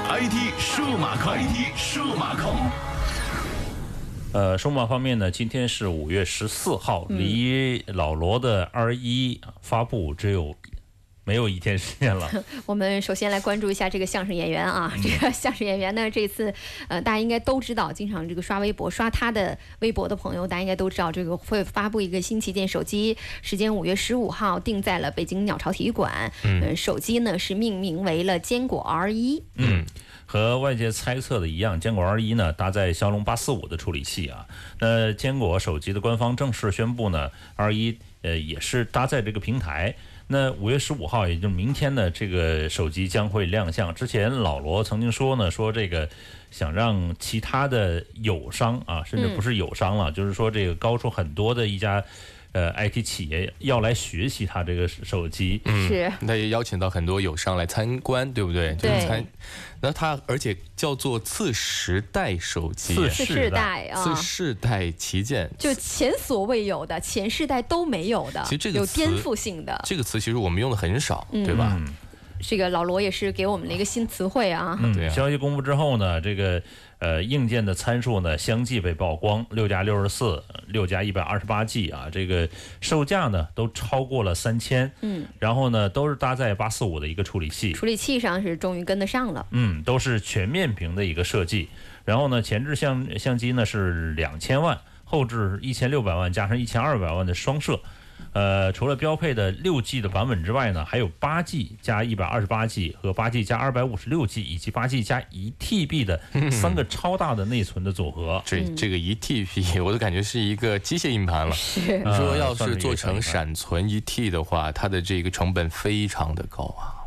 S1: ，IT 数码控，IT 数码控，
S3: 呃，数码方面呢，今天是五月十四号，离老罗的二一发布只有没有一天时间了。
S4: 我们首先来关注一下这个相声演员啊，这个相声演员呢，这次呃，大家应该都知道，经常这个刷微博刷他的微博的朋友，大家应该都知道，这个会发布一个新旗舰手机，时间五月十五号定在了北京鸟巢体育馆。嗯、手机呢是命名为了坚果 R 一。
S3: 和外界猜测的一样，坚果 R 一呢搭载骁龙八四五的处理器啊。那坚果手机的官方正式宣布呢，R 一呃也是搭载这个平台。那五月十五号，也就是明天呢，这个手机将会亮相。之前老罗曾经说呢，说这个想让其他的友商啊，甚至不是友商了，就是说这个高出很多的一家呃 IT 企业要来学习它这个手机。
S5: 嗯
S4: 是，
S5: 那也邀请到很多友商来参观，对不对？
S4: 对
S5: 就是参，那它而且叫做次时代手机，
S3: 次是
S4: 次世
S3: 的
S4: 代啊。
S5: 次世代旗舰。
S4: 就前所未有的，前世代都没有的，
S5: 其实这个
S4: 有
S5: 词
S4: 颠覆性的，
S5: 这个词其实我们用的很少，
S4: 嗯
S5: 对吧？
S4: 这个老罗也是给我们的一个新词汇啊。
S3: 嗯，
S5: 对啊
S3: 消息公布之后呢，这个呃硬件的参数呢相继被曝光，六加六十四，六加一百二十八 G 啊，这个售价呢都超过了三千，嗯，然后呢都是搭载八四五的一个处理器，
S4: 处理器上是终于跟得上了，
S3: 嗯，都是全面屏的一个设计，然后呢前置相相机呢是两千万，后置一千六百万加上一千二百万的双摄。呃，除了标配的六 G 的版本之外呢，还有八 G 加一百二十八 G 和八 G 加二百五十六 G 以及八 G 加一 TB 的三个超大的内存的组合。
S5: 这
S4: 嗯
S5: 这个一 TB，我都感觉是一个机械硬盘了。你说
S3: 呃
S5: 要
S3: 算一
S5: 是
S3: 个
S5: 做
S3: 小硬
S5: 成
S3: 盘
S5: 闪存一 T 的话，它的这个成本非常的高啊。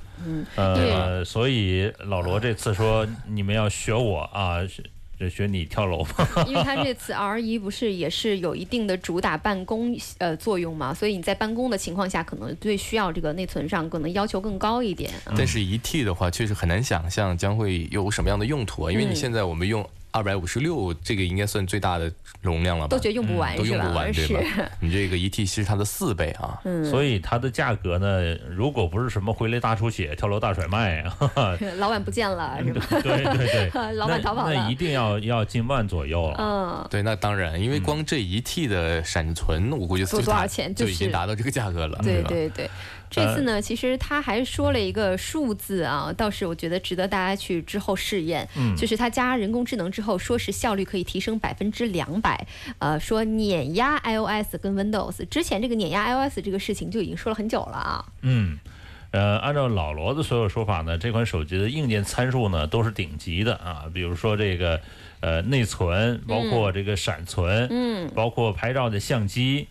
S3: 呃，所以老罗这次说你们要学我啊，学这学你跳楼吗？
S4: 因为它这次 R 一不是也是有一定的主打办公呃作用嘛，所以你在办公的情况下，可能对需要这个内存上可能要求更高一点啊。
S5: 但是一 T 的话，确实很难想象将会有什么样的用途啊，因为
S4: 嗯
S5: 你现在我们用二百五十六，这个应该算最大的容量了吧？
S4: 都觉得用不完、
S5: 嗯都
S4: 是
S5: 用
S4: 吧？
S5: 不完，对
S4: 是嗯
S5: 吧？ 你这个一 T 是它的四倍啊，
S3: 所以它的价格呢，如果不是什么回雷大出血、跳楼大甩卖， 哈哈
S4: 老板不见了
S5: 嗯
S4: 是吧？
S3: 对对对，
S4: 老板
S3: 那
S4: 逃跑
S3: 那
S4: 了
S3: 一。定要要近万左右了。
S4: 嗯，
S5: 对，那当然，因为光这一 T 的闪存，我估计
S4: 做
S5: 就
S4: 多少
S5: 达
S4: 钱
S5: 就
S4: 就
S5: 已经
S4: 是
S5: 达到这个价格了，
S4: 对
S5: 吧？呃
S4: 对对。这次呢，其实他还说了一个数字啊，倒是我觉得值得大家去之后试验，
S5: 嗯
S4: 就是他加人工智能之后，说是效率可以提升百分之两百，呃，说碾压 iOS 跟 Windows。之前这个碾压 iOS 这个事情就已经说了很久了啊。
S3: 嗯，呃，按照老罗的所有说法呢，这款手机的硬件参数呢都是顶级的啊，比如说这个呃内存，包
S4: 嗯
S3: 括这个闪存，嗯，包括拍照的相机。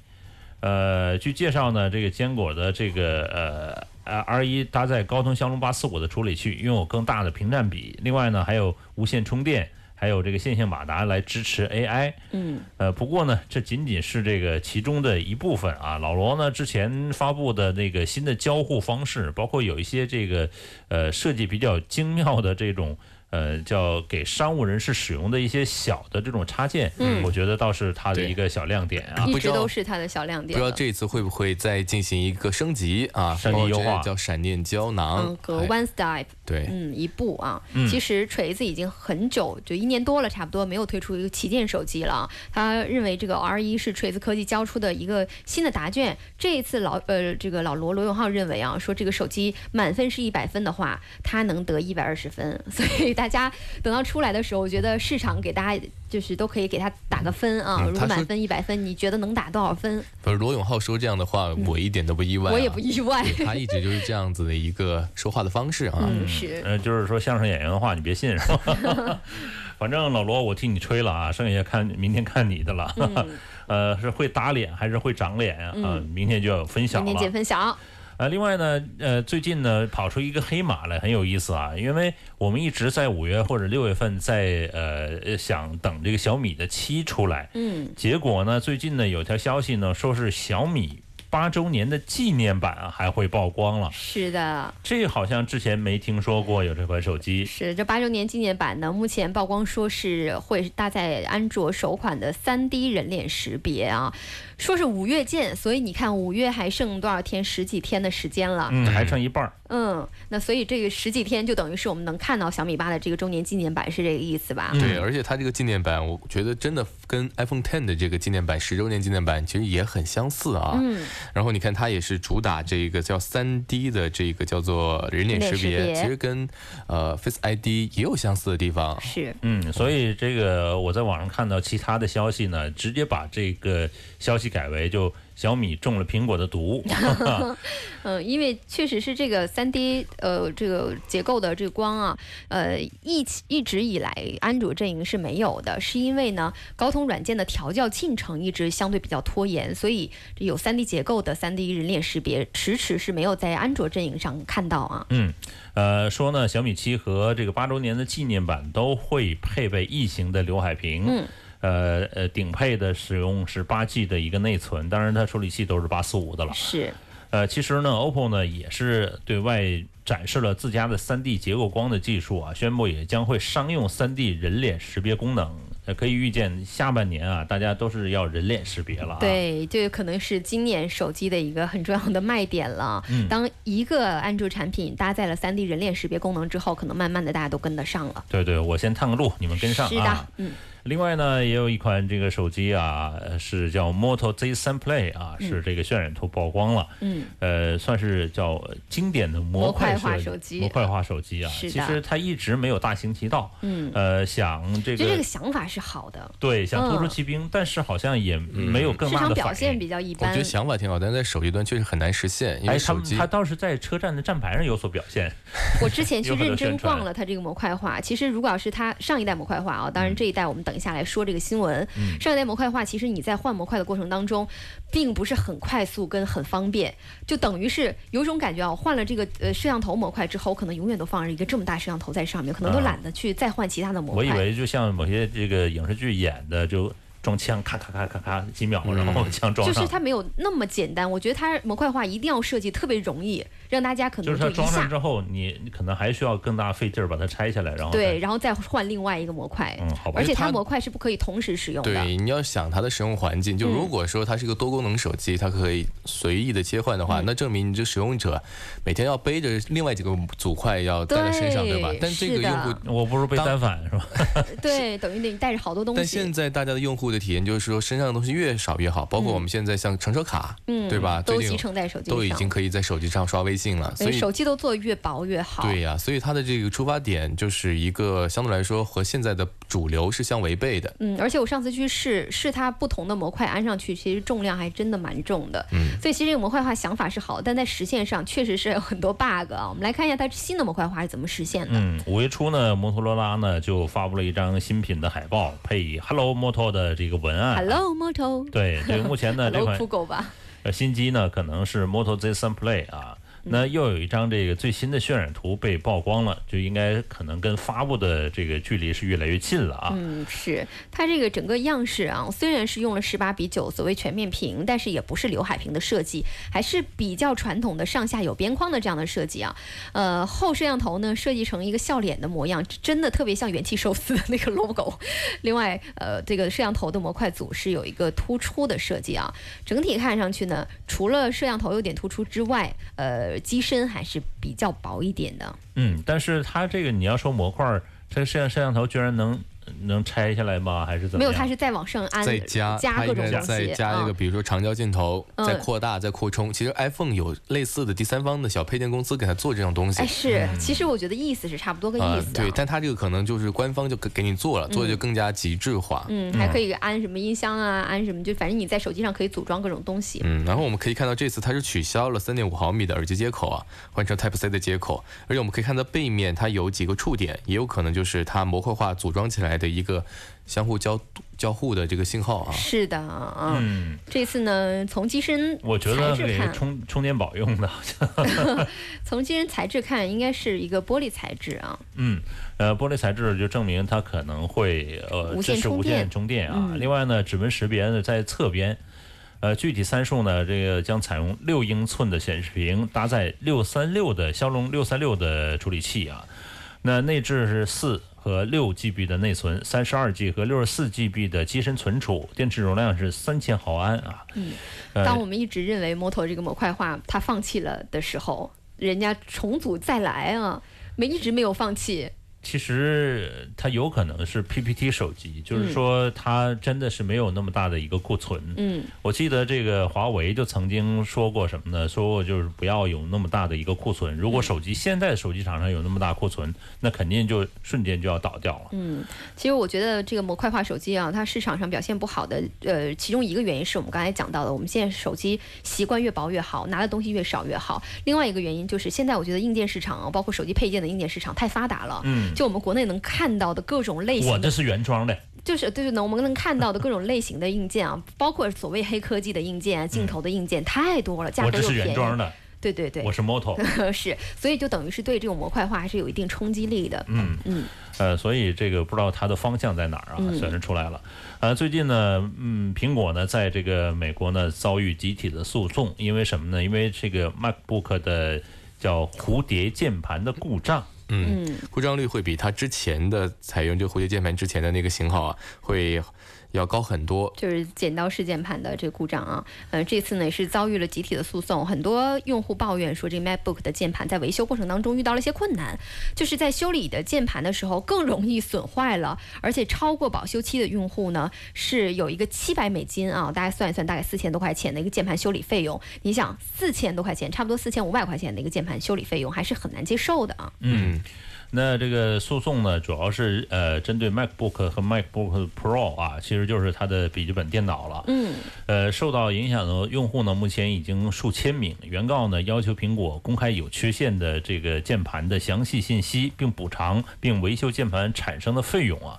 S3: 呃，据介绍呢，这个坚果的这个呃 R 一搭载高通骁龙八四五的处理器，拥有更大的屏占比。另外呢，还有无线充电，还有这个线性马达来支持 AI。嗯，呃，不过呢，这仅仅是这个其中的一部分啊。老罗呢之前发布的那个新的交互方式，包括有一些这个呃设计比较精妙的这种。呃，叫给商务人士使用的一些小的这种插件，嗯，我觉得倒是它的一个小亮点啊。
S4: 一
S5: 不
S4: 直
S5: 知道
S4: 都是它的小亮
S5: 不
S4: 点
S5: 知
S4: 了。
S5: 道这次会不会再进行一个升级啊？
S3: 闪电优化
S5: 包括这叫闪电胶囊
S4: 嗯，，隔
S5: 哎
S4: One Step，
S5: 对，
S4: 嗯，一步啊。其实锤子已经很久，就一年多了，差不多没有推出一个旗舰手机了啊。他认为这个 R 一是锤子科技交出的一个新的答卷。这一次老呃，这个老罗罗永浩认为啊，说这个手机满分是一百分的话，他能得一百二十分。 所以大家等到出来的时候，我觉得市场给大家就是都可以给他打个分啊。
S5: 嗯
S4: 如
S5: 他
S4: 果
S5: 说
S4: 满分一百分，你觉得能打多少分？
S5: 不是罗永浩说这样的话，我一点都不意外
S4: 嗯
S5: 啊，
S4: 我也不意外。
S5: 他一直就是这样子的一个说话的方式啊。
S4: 嗯，是。
S3: 呃，就是说相声演员的话，你别信，是 吧？反正老罗，我替你吹了啊，剩下看明天看你的了。
S4: 嗯
S3: 呃，是会打脸还是会长脸啊？明天就要有分晓
S4: 明天见
S3: 了。
S4: 分晓。
S3: 呃，另外呢，呃，最近呢跑出一个黑马来，很有意思啊，因为我们一直在五月或者六月份在呃想等这个小米的七出来，
S4: 嗯，
S3: 结果呢，最近呢有条消息呢说是小米八周年的纪念版啊还会曝光了，
S4: 是的，
S3: 这好像之前没听说过有这款手机，
S4: 是这八周年纪念版呢，目前曝光说是会搭载安卓首款的三 D 人脸识别啊，说是五月见，所以你看五月还剩多少天，十几天的时间了。
S3: 嗯，还剩一半儿。
S4: 嗯，那所以这个十几天就等于是我们能看到小米八的这个周年纪念版，是这个意思吧？
S5: 对，而且它这个纪念版，我觉得真的跟 iPhone Ten 的这个纪念版十周年纪念版其实也很相似啊。嗯。然后你看，它也是主打这个叫三 D 的这个叫做人脸识
S4: 人
S5: 别，
S4: 脸识别
S5: 其实跟呃 Face ID 也有相似的地方。
S4: 是，
S3: 嗯，所以这个我在网上看到其他的消息呢，直接把这个消息改为就小米中了苹果的 毒。
S4: 嗯，因为确实是这个三 D 呃这个结构的这个光啊，呃一起一直以来安卓阵营是没有的，是因为呢高通软件的调教进程一直相对比较拖延，所以这有三 D 结构的三 D 人脸识别迟迟是没有在安卓阵营上看到啊。
S3: 嗯，呃，说呢，小米七和这个八周年的纪念版都会配备异形的刘海屏。
S4: 嗯。
S3: 呃呃，顶配的使用是八 G 的一个内存，当然它处理器都是八四五的了。
S4: 是，
S3: 呃，其实呢，OPPO 呢也是对外展示了自家的 3D 结构光的技术啊，宣布也将会商用 3D 人脸识别功能。呃，可以预见下半年啊，大家都是要人脸识别了、啊。，
S4: 对，这可能是今年手机的一个很重要的卖点了。啊
S3: 嗯
S4: 当一个安卓产品搭载了 3D 人脸识别功能之后，可能慢慢的大家都跟得上了。
S3: 对对，我先探个路，你们跟上啊。
S4: 是的，嗯，
S3: 另外呢，也有一款这个手机啊，呃是叫 Moto Z3 Play 啊，是这个渲染图曝光了，
S4: 嗯，
S3: 呃，算是叫经典的模
S4: 模块化
S3: 设计
S4: 手机
S3: 模块化手机啊。
S4: 是的
S3: 其实它一直没有大行其道，
S4: 嗯，
S3: 呃，想这
S4: 就这
S3: 个
S4: 个想法是好的，
S3: 对想突出
S4: 嗯
S3: 奇兵，但是好像也
S5: 嗯
S3: 没有更
S4: 市
S3: 大
S4: 场
S3: 的
S4: 表
S3: 反
S4: 现
S3: 应。
S4: 比较一
S5: 我
S4: 般
S5: 觉得。想法挺好，但是在手机端确实很难实现，因
S3: 哎，他
S5: 为手
S3: 们
S5: 机
S3: 他倒是在车站的站牌上有所表现，
S4: 我之 前去
S3: 有很多
S4: 认真
S3: 宣传
S4: 逛了它这个模块化，其实如果要是它上一代模块化啊，当
S3: 嗯
S4: 然这一代我们等一下来说这个新闻。上一代模块化其实你在换模块的过程当中，并不是很快速跟很方便，就等于是有种感觉啊，我换了这个呃摄像头模块之后，我可能永远都放着一个这么大摄像头在上面，可能都
S3: 啊
S4: 懒得去再换其他的模
S3: 我
S4: 块。
S3: 以为就像某些这个影视剧演的，就装枪咔咔咔咔咔几秒，然
S5: 嗯
S3: 后枪
S4: 就
S3: 装上
S4: 是，它没有那么简单，我觉得它模块化一定要设计特别容易，让大家可
S3: 就
S4: 能
S3: 是它
S4: 就一
S3: 装上
S4: 下
S3: 之后，你你可能还需要更大费劲儿把它拆下来，然后
S4: 对，然后再换另外一个模块。
S3: 嗯好吧
S4: 而且它
S5: 它
S4: 模块是不可以同时使用的。
S5: 对，你要想它的使用环境，就如果说它是一个多功能手机，它可以随意的切换的话，那证明你这使用者每天要背着另外几个组块要带在身上，
S4: 对
S5: 对吧？但这
S4: 是
S5: 个
S4: 的
S5: 用户。
S3: 再我不如被
S5: 当
S3: 单反是吧？
S4: 对，等于得带着好多东
S5: 但现
S4: 西，
S5: 在大家的用户的体验就是说，身上的东西越少越好，包括我们现在像乘车卡，
S4: 嗯
S5: 对吧？
S4: 都
S5: 最
S4: 集
S5: 近
S4: 成在手机上，
S5: 都已经可以在手机上刷微信了，所
S4: 对
S5: 以
S4: 手机都做越薄越好。
S5: 对呀、所以它的这个出发点就是一个相对来说和现在的主流是相违背的。
S4: 嗯，而且我上次去试试它不同的模块安上去，其实重量还真的蛮重的。嗯，所以其实这个模块化想法是好，但在实现上确实是有很多 bug 啊。我们来看一下它新的模块化是怎么实现的。
S3: 嗯，五月初呢，摩托罗拉呢就发布了一张新品的海报，配以 “Hello Moto” 的这个文案。
S4: Hello Moto，
S3: 对对，目前呢这
S4: ，Hello
S3: 款
S4: 酷狗吧，
S3: 呃新机呢可能是 Moto Z3 Play 啊，
S4: 嗯
S3: 那又有一张这个最新的渲染图被曝光了，就应该可能跟发布的这个距离是越来越近了啊。
S4: 嗯，是它这个整个样式啊，虽然是用了十八比九所谓全面屏，但是也不是刘海屏的设计，还是比较传统的上下有边框的这样的设计啊。呃，后摄像头呢设计成一个笑脸的模样，真的特别像元气寿司的那个 logo。另 外，呃，这个摄像头的模块组是有一个突出的设计啊。整体看上去呢，除了摄像头有点突出之外，呃，机身还是比较薄一点的。
S3: 嗯，但是它这个你要说模块儿，它摄像摄像头居然能能拆下来吗？还是怎么
S4: 没有，
S3: 样？
S4: 它是再往上安，
S5: 再加
S4: 各
S5: 它应
S4: 种
S5: 该
S4: 东西，
S5: 再加一
S4: 啊
S5: 个，比如说长焦镜头，
S4: 嗯
S5: 再扩大、再扩充。其实 iPhone 有类似的第三方的小配件公司给它做这种东西
S4: 哎，。是，
S3: 嗯
S4: 其实我觉得意思是差不多个
S5: 啊、
S4: 意思、啊
S5: 对，但它这个可能就是官方就给给你做了，做的就更加极致化。
S4: 嗯，还可以安什么音箱啊，安什么，就反正你在手机上可以组装各种东西。
S5: 嗯，然后我们可以看到这次它是取消了3.5毫米的耳机接口啊，换成 Type C 的接口，而且我们可以看到背面它有几个触点，也有可能就是它模块化组装起来来的一个相互交交互的这个信号啊。
S4: 是的，啊，
S3: 嗯，
S4: 这次呢，从机身
S3: 我觉
S4: 材
S3: 得
S4: 质
S3: 给
S4: 看，
S3: 充充电宝用的，好像。
S4: 从机身材质看，应该是一个玻璃材质啊。
S3: 嗯，呃，玻璃材质就证明它可能会呃
S4: 无
S3: 支
S4: 线
S3: 持
S4: 充
S3: 无线
S4: 电
S3: 充电啊。
S4: 嗯
S3: 另外呢，指纹识别呢在侧边，呃，具体参数呢，这个将采用六英寸的显示屏，搭载六三六的骁龙六三六的处理器啊。那内置是四和六 GB 的内存，三十二 G 和六十四 GB 的机身存储，电池容量是三千毫安啊。嗯，
S4: 当我们一直认为 Moto 这个模块化它放弃了的时候，人家重组再来啊，没一直没有放弃。
S3: 其实它有可能是 PPT 手机，就是
S4: 嗯
S3: 说它真的是没有那么大的一个库存。
S4: 嗯，
S3: 我记得这个华为就曾经说过什么呢？说过就是不要有那么大的一个库
S4: 嗯
S3: 存。如果手机现在的手机厂商有那么大库存，那肯定就瞬间就要倒掉了。
S4: 嗯其实我觉得这个模块化手机啊，它市场上表现不好的，呃，其中一个原因是我们刚才讲到的，我们现在手机习惯越薄越好，拿的东西越少越好。另外一个原因就是现在我觉得硬件市场啊，包括手机配件的硬件市场太发达了，
S3: 嗯，
S4: 就我们国内能看到的各种类型
S3: 我
S4: 的
S3: 这是原装的，
S4: 就是就是能我们能看到的各种类型的硬件啊，包括所谓黑科技的硬件、啊、镜头的硬件太多了，价
S3: 我
S4: 格
S3: 这
S4: 又
S3: 是
S4: 便
S3: 原装
S4: 宜。
S3: 的，
S4: 对对对
S3: 我，是 Moto。
S4: 是，所以就等于是对这种模块化还是有一定冲击力的。
S3: 嗯
S4: 嗯
S3: 呃，所以这个不知道它的方向在哪儿啊，
S4: 嗯
S3: 显示出来了。呃，最近呢，嗯，苹果呢在这个美国呢遭遇集体的诉讼，因为什么呢？因为这个 MacBook 的叫蝴蝶键盘的故障。
S4: 嗯，
S5: 故障率会比它之前的采用这个蝴蝶键盘之前的那个型号啊，会要高很多。
S4: 就是剪刀式键盘的这个故障啊，呃，这次呢也是遭遇了集体的诉讼，很多用户抱怨说，这 MacBook 的键盘在维修过程当中遇到了一些困难，就是在修理的键盘的时候更容易损坏了，而且超过保修期的用户呢是有一个七百美金啊，大家算一算，大概四千多块钱的一个键盘修理费用。你想四千多块钱，差不多四千五百块钱的一个键盘修理费用，还是很难接受的啊。
S3: 嗯，那这个诉讼呢，主要是呃针对 MacBook 和 MacBook Pro 啊，其实就是它的笔记本电脑了。
S4: 嗯，
S3: 呃，受到影响的用户呢，目前已经数千名。原告呢要求苹果公开有缺陷的这个键盘的详细信息，并补偿并维修键盘产生的费用啊。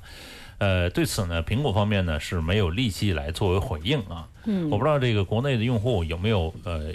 S3: 呃，对此呢，苹果方面呢是没有立即来作为回应啊。嗯，我不知道这个国内的用户有没有呃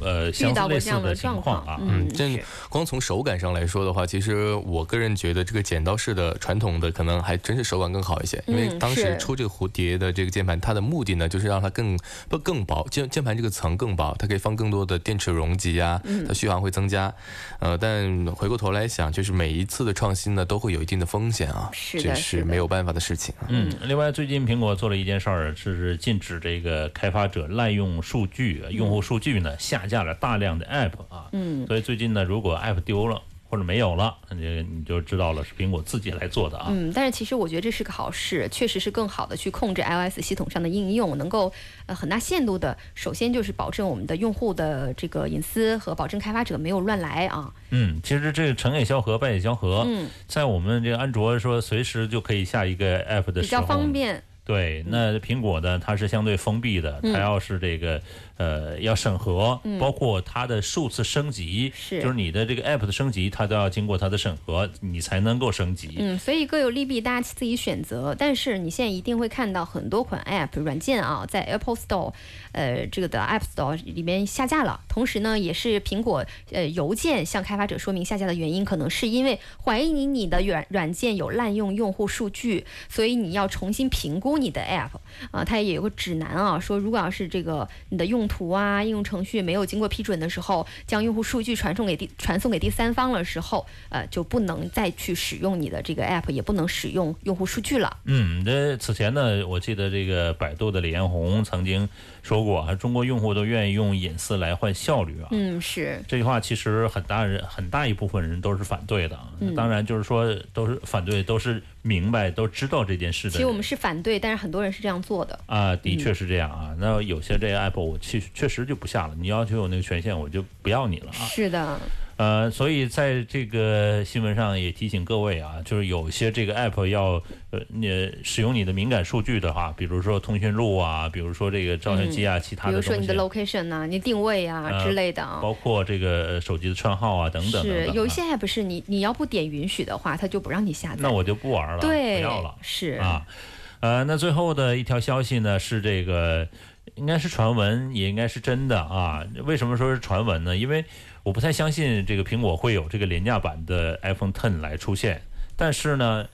S3: 呃相
S4: 遇
S3: 似
S4: 到过
S3: 类
S4: 这
S3: 似
S4: 样
S3: 的
S4: 的
S3: 情
S4: 状
S3: 况
S4: 况
S3: 啊。
S5: 嗯，真的光从手感上来说的话，其实我个人觉得这个剪刀式的传统的可能还真是手感更好一些，因为
S4: 嗯
S5: 当时
S4: 是
S5: 出这个蝴蝶的这个键盘，它的目的呢就是让它更不更薄，键键盘这个层更薄，它可以放更多的电池容积啊，
S4: 嗯
S5: 它续航会增加。呃，但回过头来想，就是每一次的创新呢都会有一定的风险啊，
S4: 是的
S5: 这
S4: 是
S5: 是
S4: 的
S5: 没有办法的事情啊。
S3: 嗯，另外最近苹果做了一件事儿，就是禁止这个开发者滥用数据、用户数据呢，下架了大量的 App 啊。
S4: 嗯，
S3: 所以最近呢，如果 App 丢了或者没有了，那这你就知道了是苹果自己来做的啊。
S4: 嗯，但是其实我觉得这是个好事，确实是更好的去控制 iOS 系统上的应用，能够呃很大限度的，首先就是保证我们的用户的这个隐私和保证开发者没有乱来啊。
S3: 嗯，其实这个成也萧何，败也萧何。
S4: 嗯，
S3: 在我们这个安卓说随时就可以下一个 App 的
S4: 比
S3: 时候，
S4: 较方便。嗯
S3: 对，那苹果呢，它是相对封闭的，它要是这个呃要审核，包括它的数次升级，
S4: 嗯是
S3: 就是你的这个 app 的升级，它都要经过它的审核，你才能够升级。
S4: 嗯，所以各有利弊，大家自己选择。但是你现在一定会看到很多款 App 软件啊，在 Apple Store，呃，这个的 App Store 里面下架了。同时呢，也是苹果呃邮件向开发者说明下架的原因，可能是因为怀疑你的软软件有滥用用户数据，所以你要重新评估你的 App。啊，它也有个指南啊，说如果要是这个你的用途啊、应用程序没有经过批准的时候，将用户数据传送给第传送给第三方了时候，呃，就不能再去使用你的这个 app，也不能使用用户数据了。
S3: 嗯，这此前呢，我记得这个百度的李彦宏曾经说过啊，中国用户都愿意用隐私来换效率啊。
S4: 嗯，是，
S3: 这句话其实很大人很大一部分人都是反对的啊，
S4: 嗯
S3: 当然就是说都是反对，都是明白都知道这件事的人。
S4: 其实我们是反对，但是很多人是这样做的。
S3: 啊，的确是这样啊。那有些这个 app 我确确实就不下了，你要求有那个权限，我就不要你了啊。
S4: 是的，
S3: 呃，所以在这个新闻上也提醒各位啊，就是有些这个 app 要呃，你使用你的敏感数据的话，比如说通讯录啊，比如说这个照相机啊，其他
S4: 嗯比
S3: 的东
S4: 如
S3: 西，
S4: 说你的 location 呐、你定位啊
S3: 呃
S4: 之类的啊。
S3: 包括这个呃手机的串号啊等等等
S4: 是
S3: 等啊
S4: 有一些 app 是你你要不点允许的话，它就不让你下载。
S3: 那我就不玩了，
S4: 对，
S3: 不要了
S4: 是
S3: 啊。呃，那最后的一条消息呢是这个，应该是传闻，也应该是真的啊。为什么说是传闻呢？因为我不太相信这个苹果会有这个廉价版的 iPhone Ten 来出现。但是呢，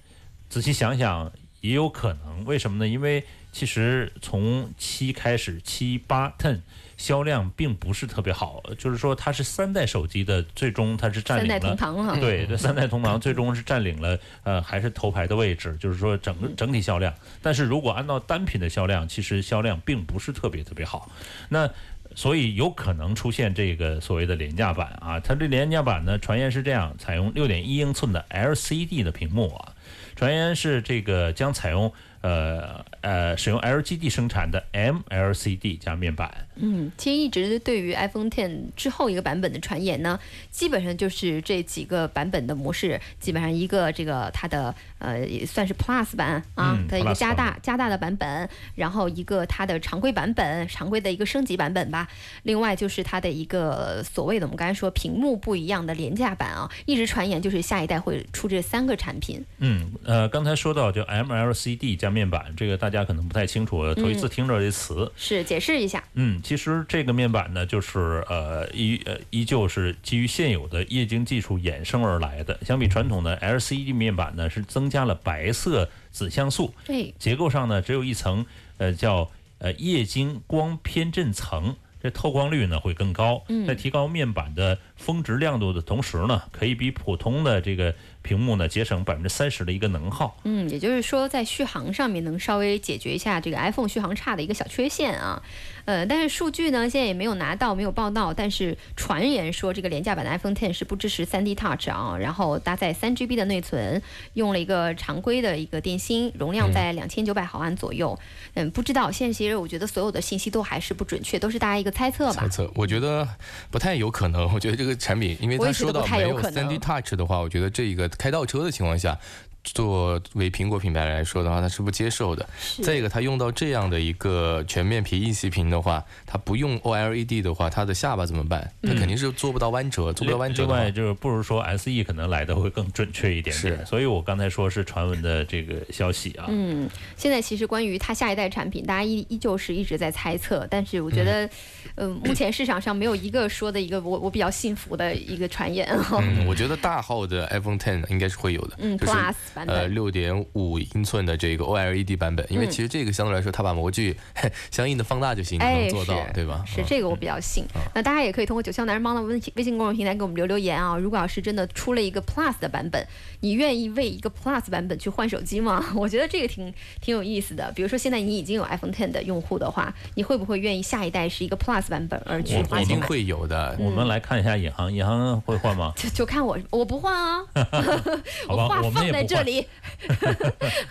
S3: 仔细想想也有可能，为什么呢？因为其实从七开始，七八 Ten 销量并不是特别好，就是说它是三代手机的，最终它是占
S4: 三
S3: 领
S4: 代
S3: 了哎
S4: 同堂啊哈、
S3: 对，这三代同堂最终是占领了呃还是头牌的位置，就是说整个整体销量。但是如果按照单品的销量，其实销量并不是特别特别好。那所以有可能出现这个所谓的廉价版啊，它这廉价版呢，传言是这样，采用六点一英寸的 LCD 的屏幕啊，传言是这个将采用呃呃使用 LGD 生产的 MLCD 加面板，
S4: 嗯，其实一直对于 iPhone Ten 之后一个版本的传言呢，基本上就是这几个版本的模式，基本上一个这个它的呃也算是 Plus 版啊
S3: 嗯
S4: 的一个
S3: Plus
S4: 加大加大的版本，然后一个它的常规版本，常规的一个升级版本吧。另外就是它的一个呃所谓的我们刚才说屏幕不一样的廉价版啊，一直传言就是下一代会出这三个产品。
S3: 嗯，呃，刚才说到就 MLCD 加面板，这个大家可能不太清楚，头一次听着这词。
S4: 是解释一下，
S3: 嗯其实这个面板呢，就是呃依呃依旧是基于现有的液晶技术衍生而来的。相比传统的 LCD 面板呢，是增加了白色子像素，
S4: 对，
S3: 结构上呢只有一层，呃叫呃液晶光偏振层，这透光率呢会更高。在提高面板的峰值亮度的同时呢，可以比普通的这个屏幕呢节省百分之三十的一个能耗。
S4: 嗯，也就是说，在续航上面能稍微解决一下这个 iPhone 续航差的一个小缺陷啊。呃，但是数据呢，现在也没有拿到，没有报道。但是传言说，这个廉价版的 iPhone Ten 是不支持 3D Touch 啊，然后搭载 3GB 的内存，用了一个常规的一个电芯，容量在两千九百毫安左右。嗯，不知道。现在其实我觉得所有的信息都还是不准确，都是大家一个猜测吧
S5: 猜。测，我觉得不太有可能。我觉得这个产品，因为
S4: 我也
S5: 他
S4: 觉
S5: 说
S4: 得
S5: 到
S4: 不太
S5: 没
S4: 有
S5: 有
S4: 可能
S5: 3D Touch 的话，我觉得这个开倒车的情况下，作为苹果品牌来说的话，它是不接受的。再一个，它用到这样的一个全面屏、一息屏的话，它不用 OLED 的话，它的下巴怎么办？
S4: 嗯
S5: 它肯定是做不到弯折，做不到弯折
S3: 另
S5: 的话
S3: 外就是不如说 S E 可能来的会更准确一点点，
S5: 是
S3: 所以我刚才说是传闻的这个消息啊。
S4: 嗯，现在其实关于它下一代产品，大家依依旧是一直在猜测，但是我觉得，嗯、目前市场上没有一个说的一个我我比较信服的一个传 言哈。
S5: 嗯，我觉得大号的 iPhone Ten 应该是会有的，
S4: 嗯
S5: 就是
S4: Plus 版本
S5: 呃六点五英寸的这个 OLED 版本，因
S4: 嗯
S5: 为其实这个相对来说，它把模具 相应的放大就行，
S4: 哎，
S5: 能做到
S4: 是，
S5: 对吧？
S4: 是
S5: 嗯
S4: 这个我比较信。那大家也可以通过九霄男人帮的微信微信公众平台给我们留留言啊。如果要是真的出了一个 Plus 的版本，你愿意为一个 Plus 版本去换手机吗？ 我觉得这个挺挺有意思的。比如说现在你已经有 iPhone Ten 的用户的话，你会不会愿意下一代是一个 Plus 版本而去
S5: 我
S4: 花
S5: 一
S4: 钱
S5: 定
S4: 买？嗯
S5: 会有的。
S3: 我们来看一下银行，银行会换吗？
S4: 就就看我，我不换啊，
S3: 好吧
S4: 话
S3: 我们
S4: 放
S3: 也
S4: 在
S3: 不
S4: 这
S3: 换
S4: 里。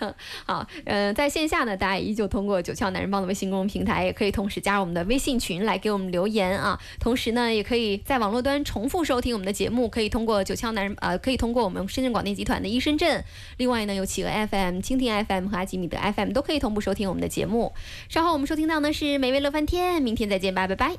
S4: 好，呃，在线下呢，大家依旧通过九窍男人帮的微信公众平台，也可以同时加入我们的微信群来给我们留言啊。同时呢，也可以在网络端重复收听我们的节目，可以通过九窍男人呃，可以通过我们深圳广电集团的一深圳，另外呢，有企鹅 FM、蜻蜓 FM 和阿基米德 FM 都可以同步收听我们的节目。稍后我们收听到呢是美味乐翻天，明天再见吧，拜拜。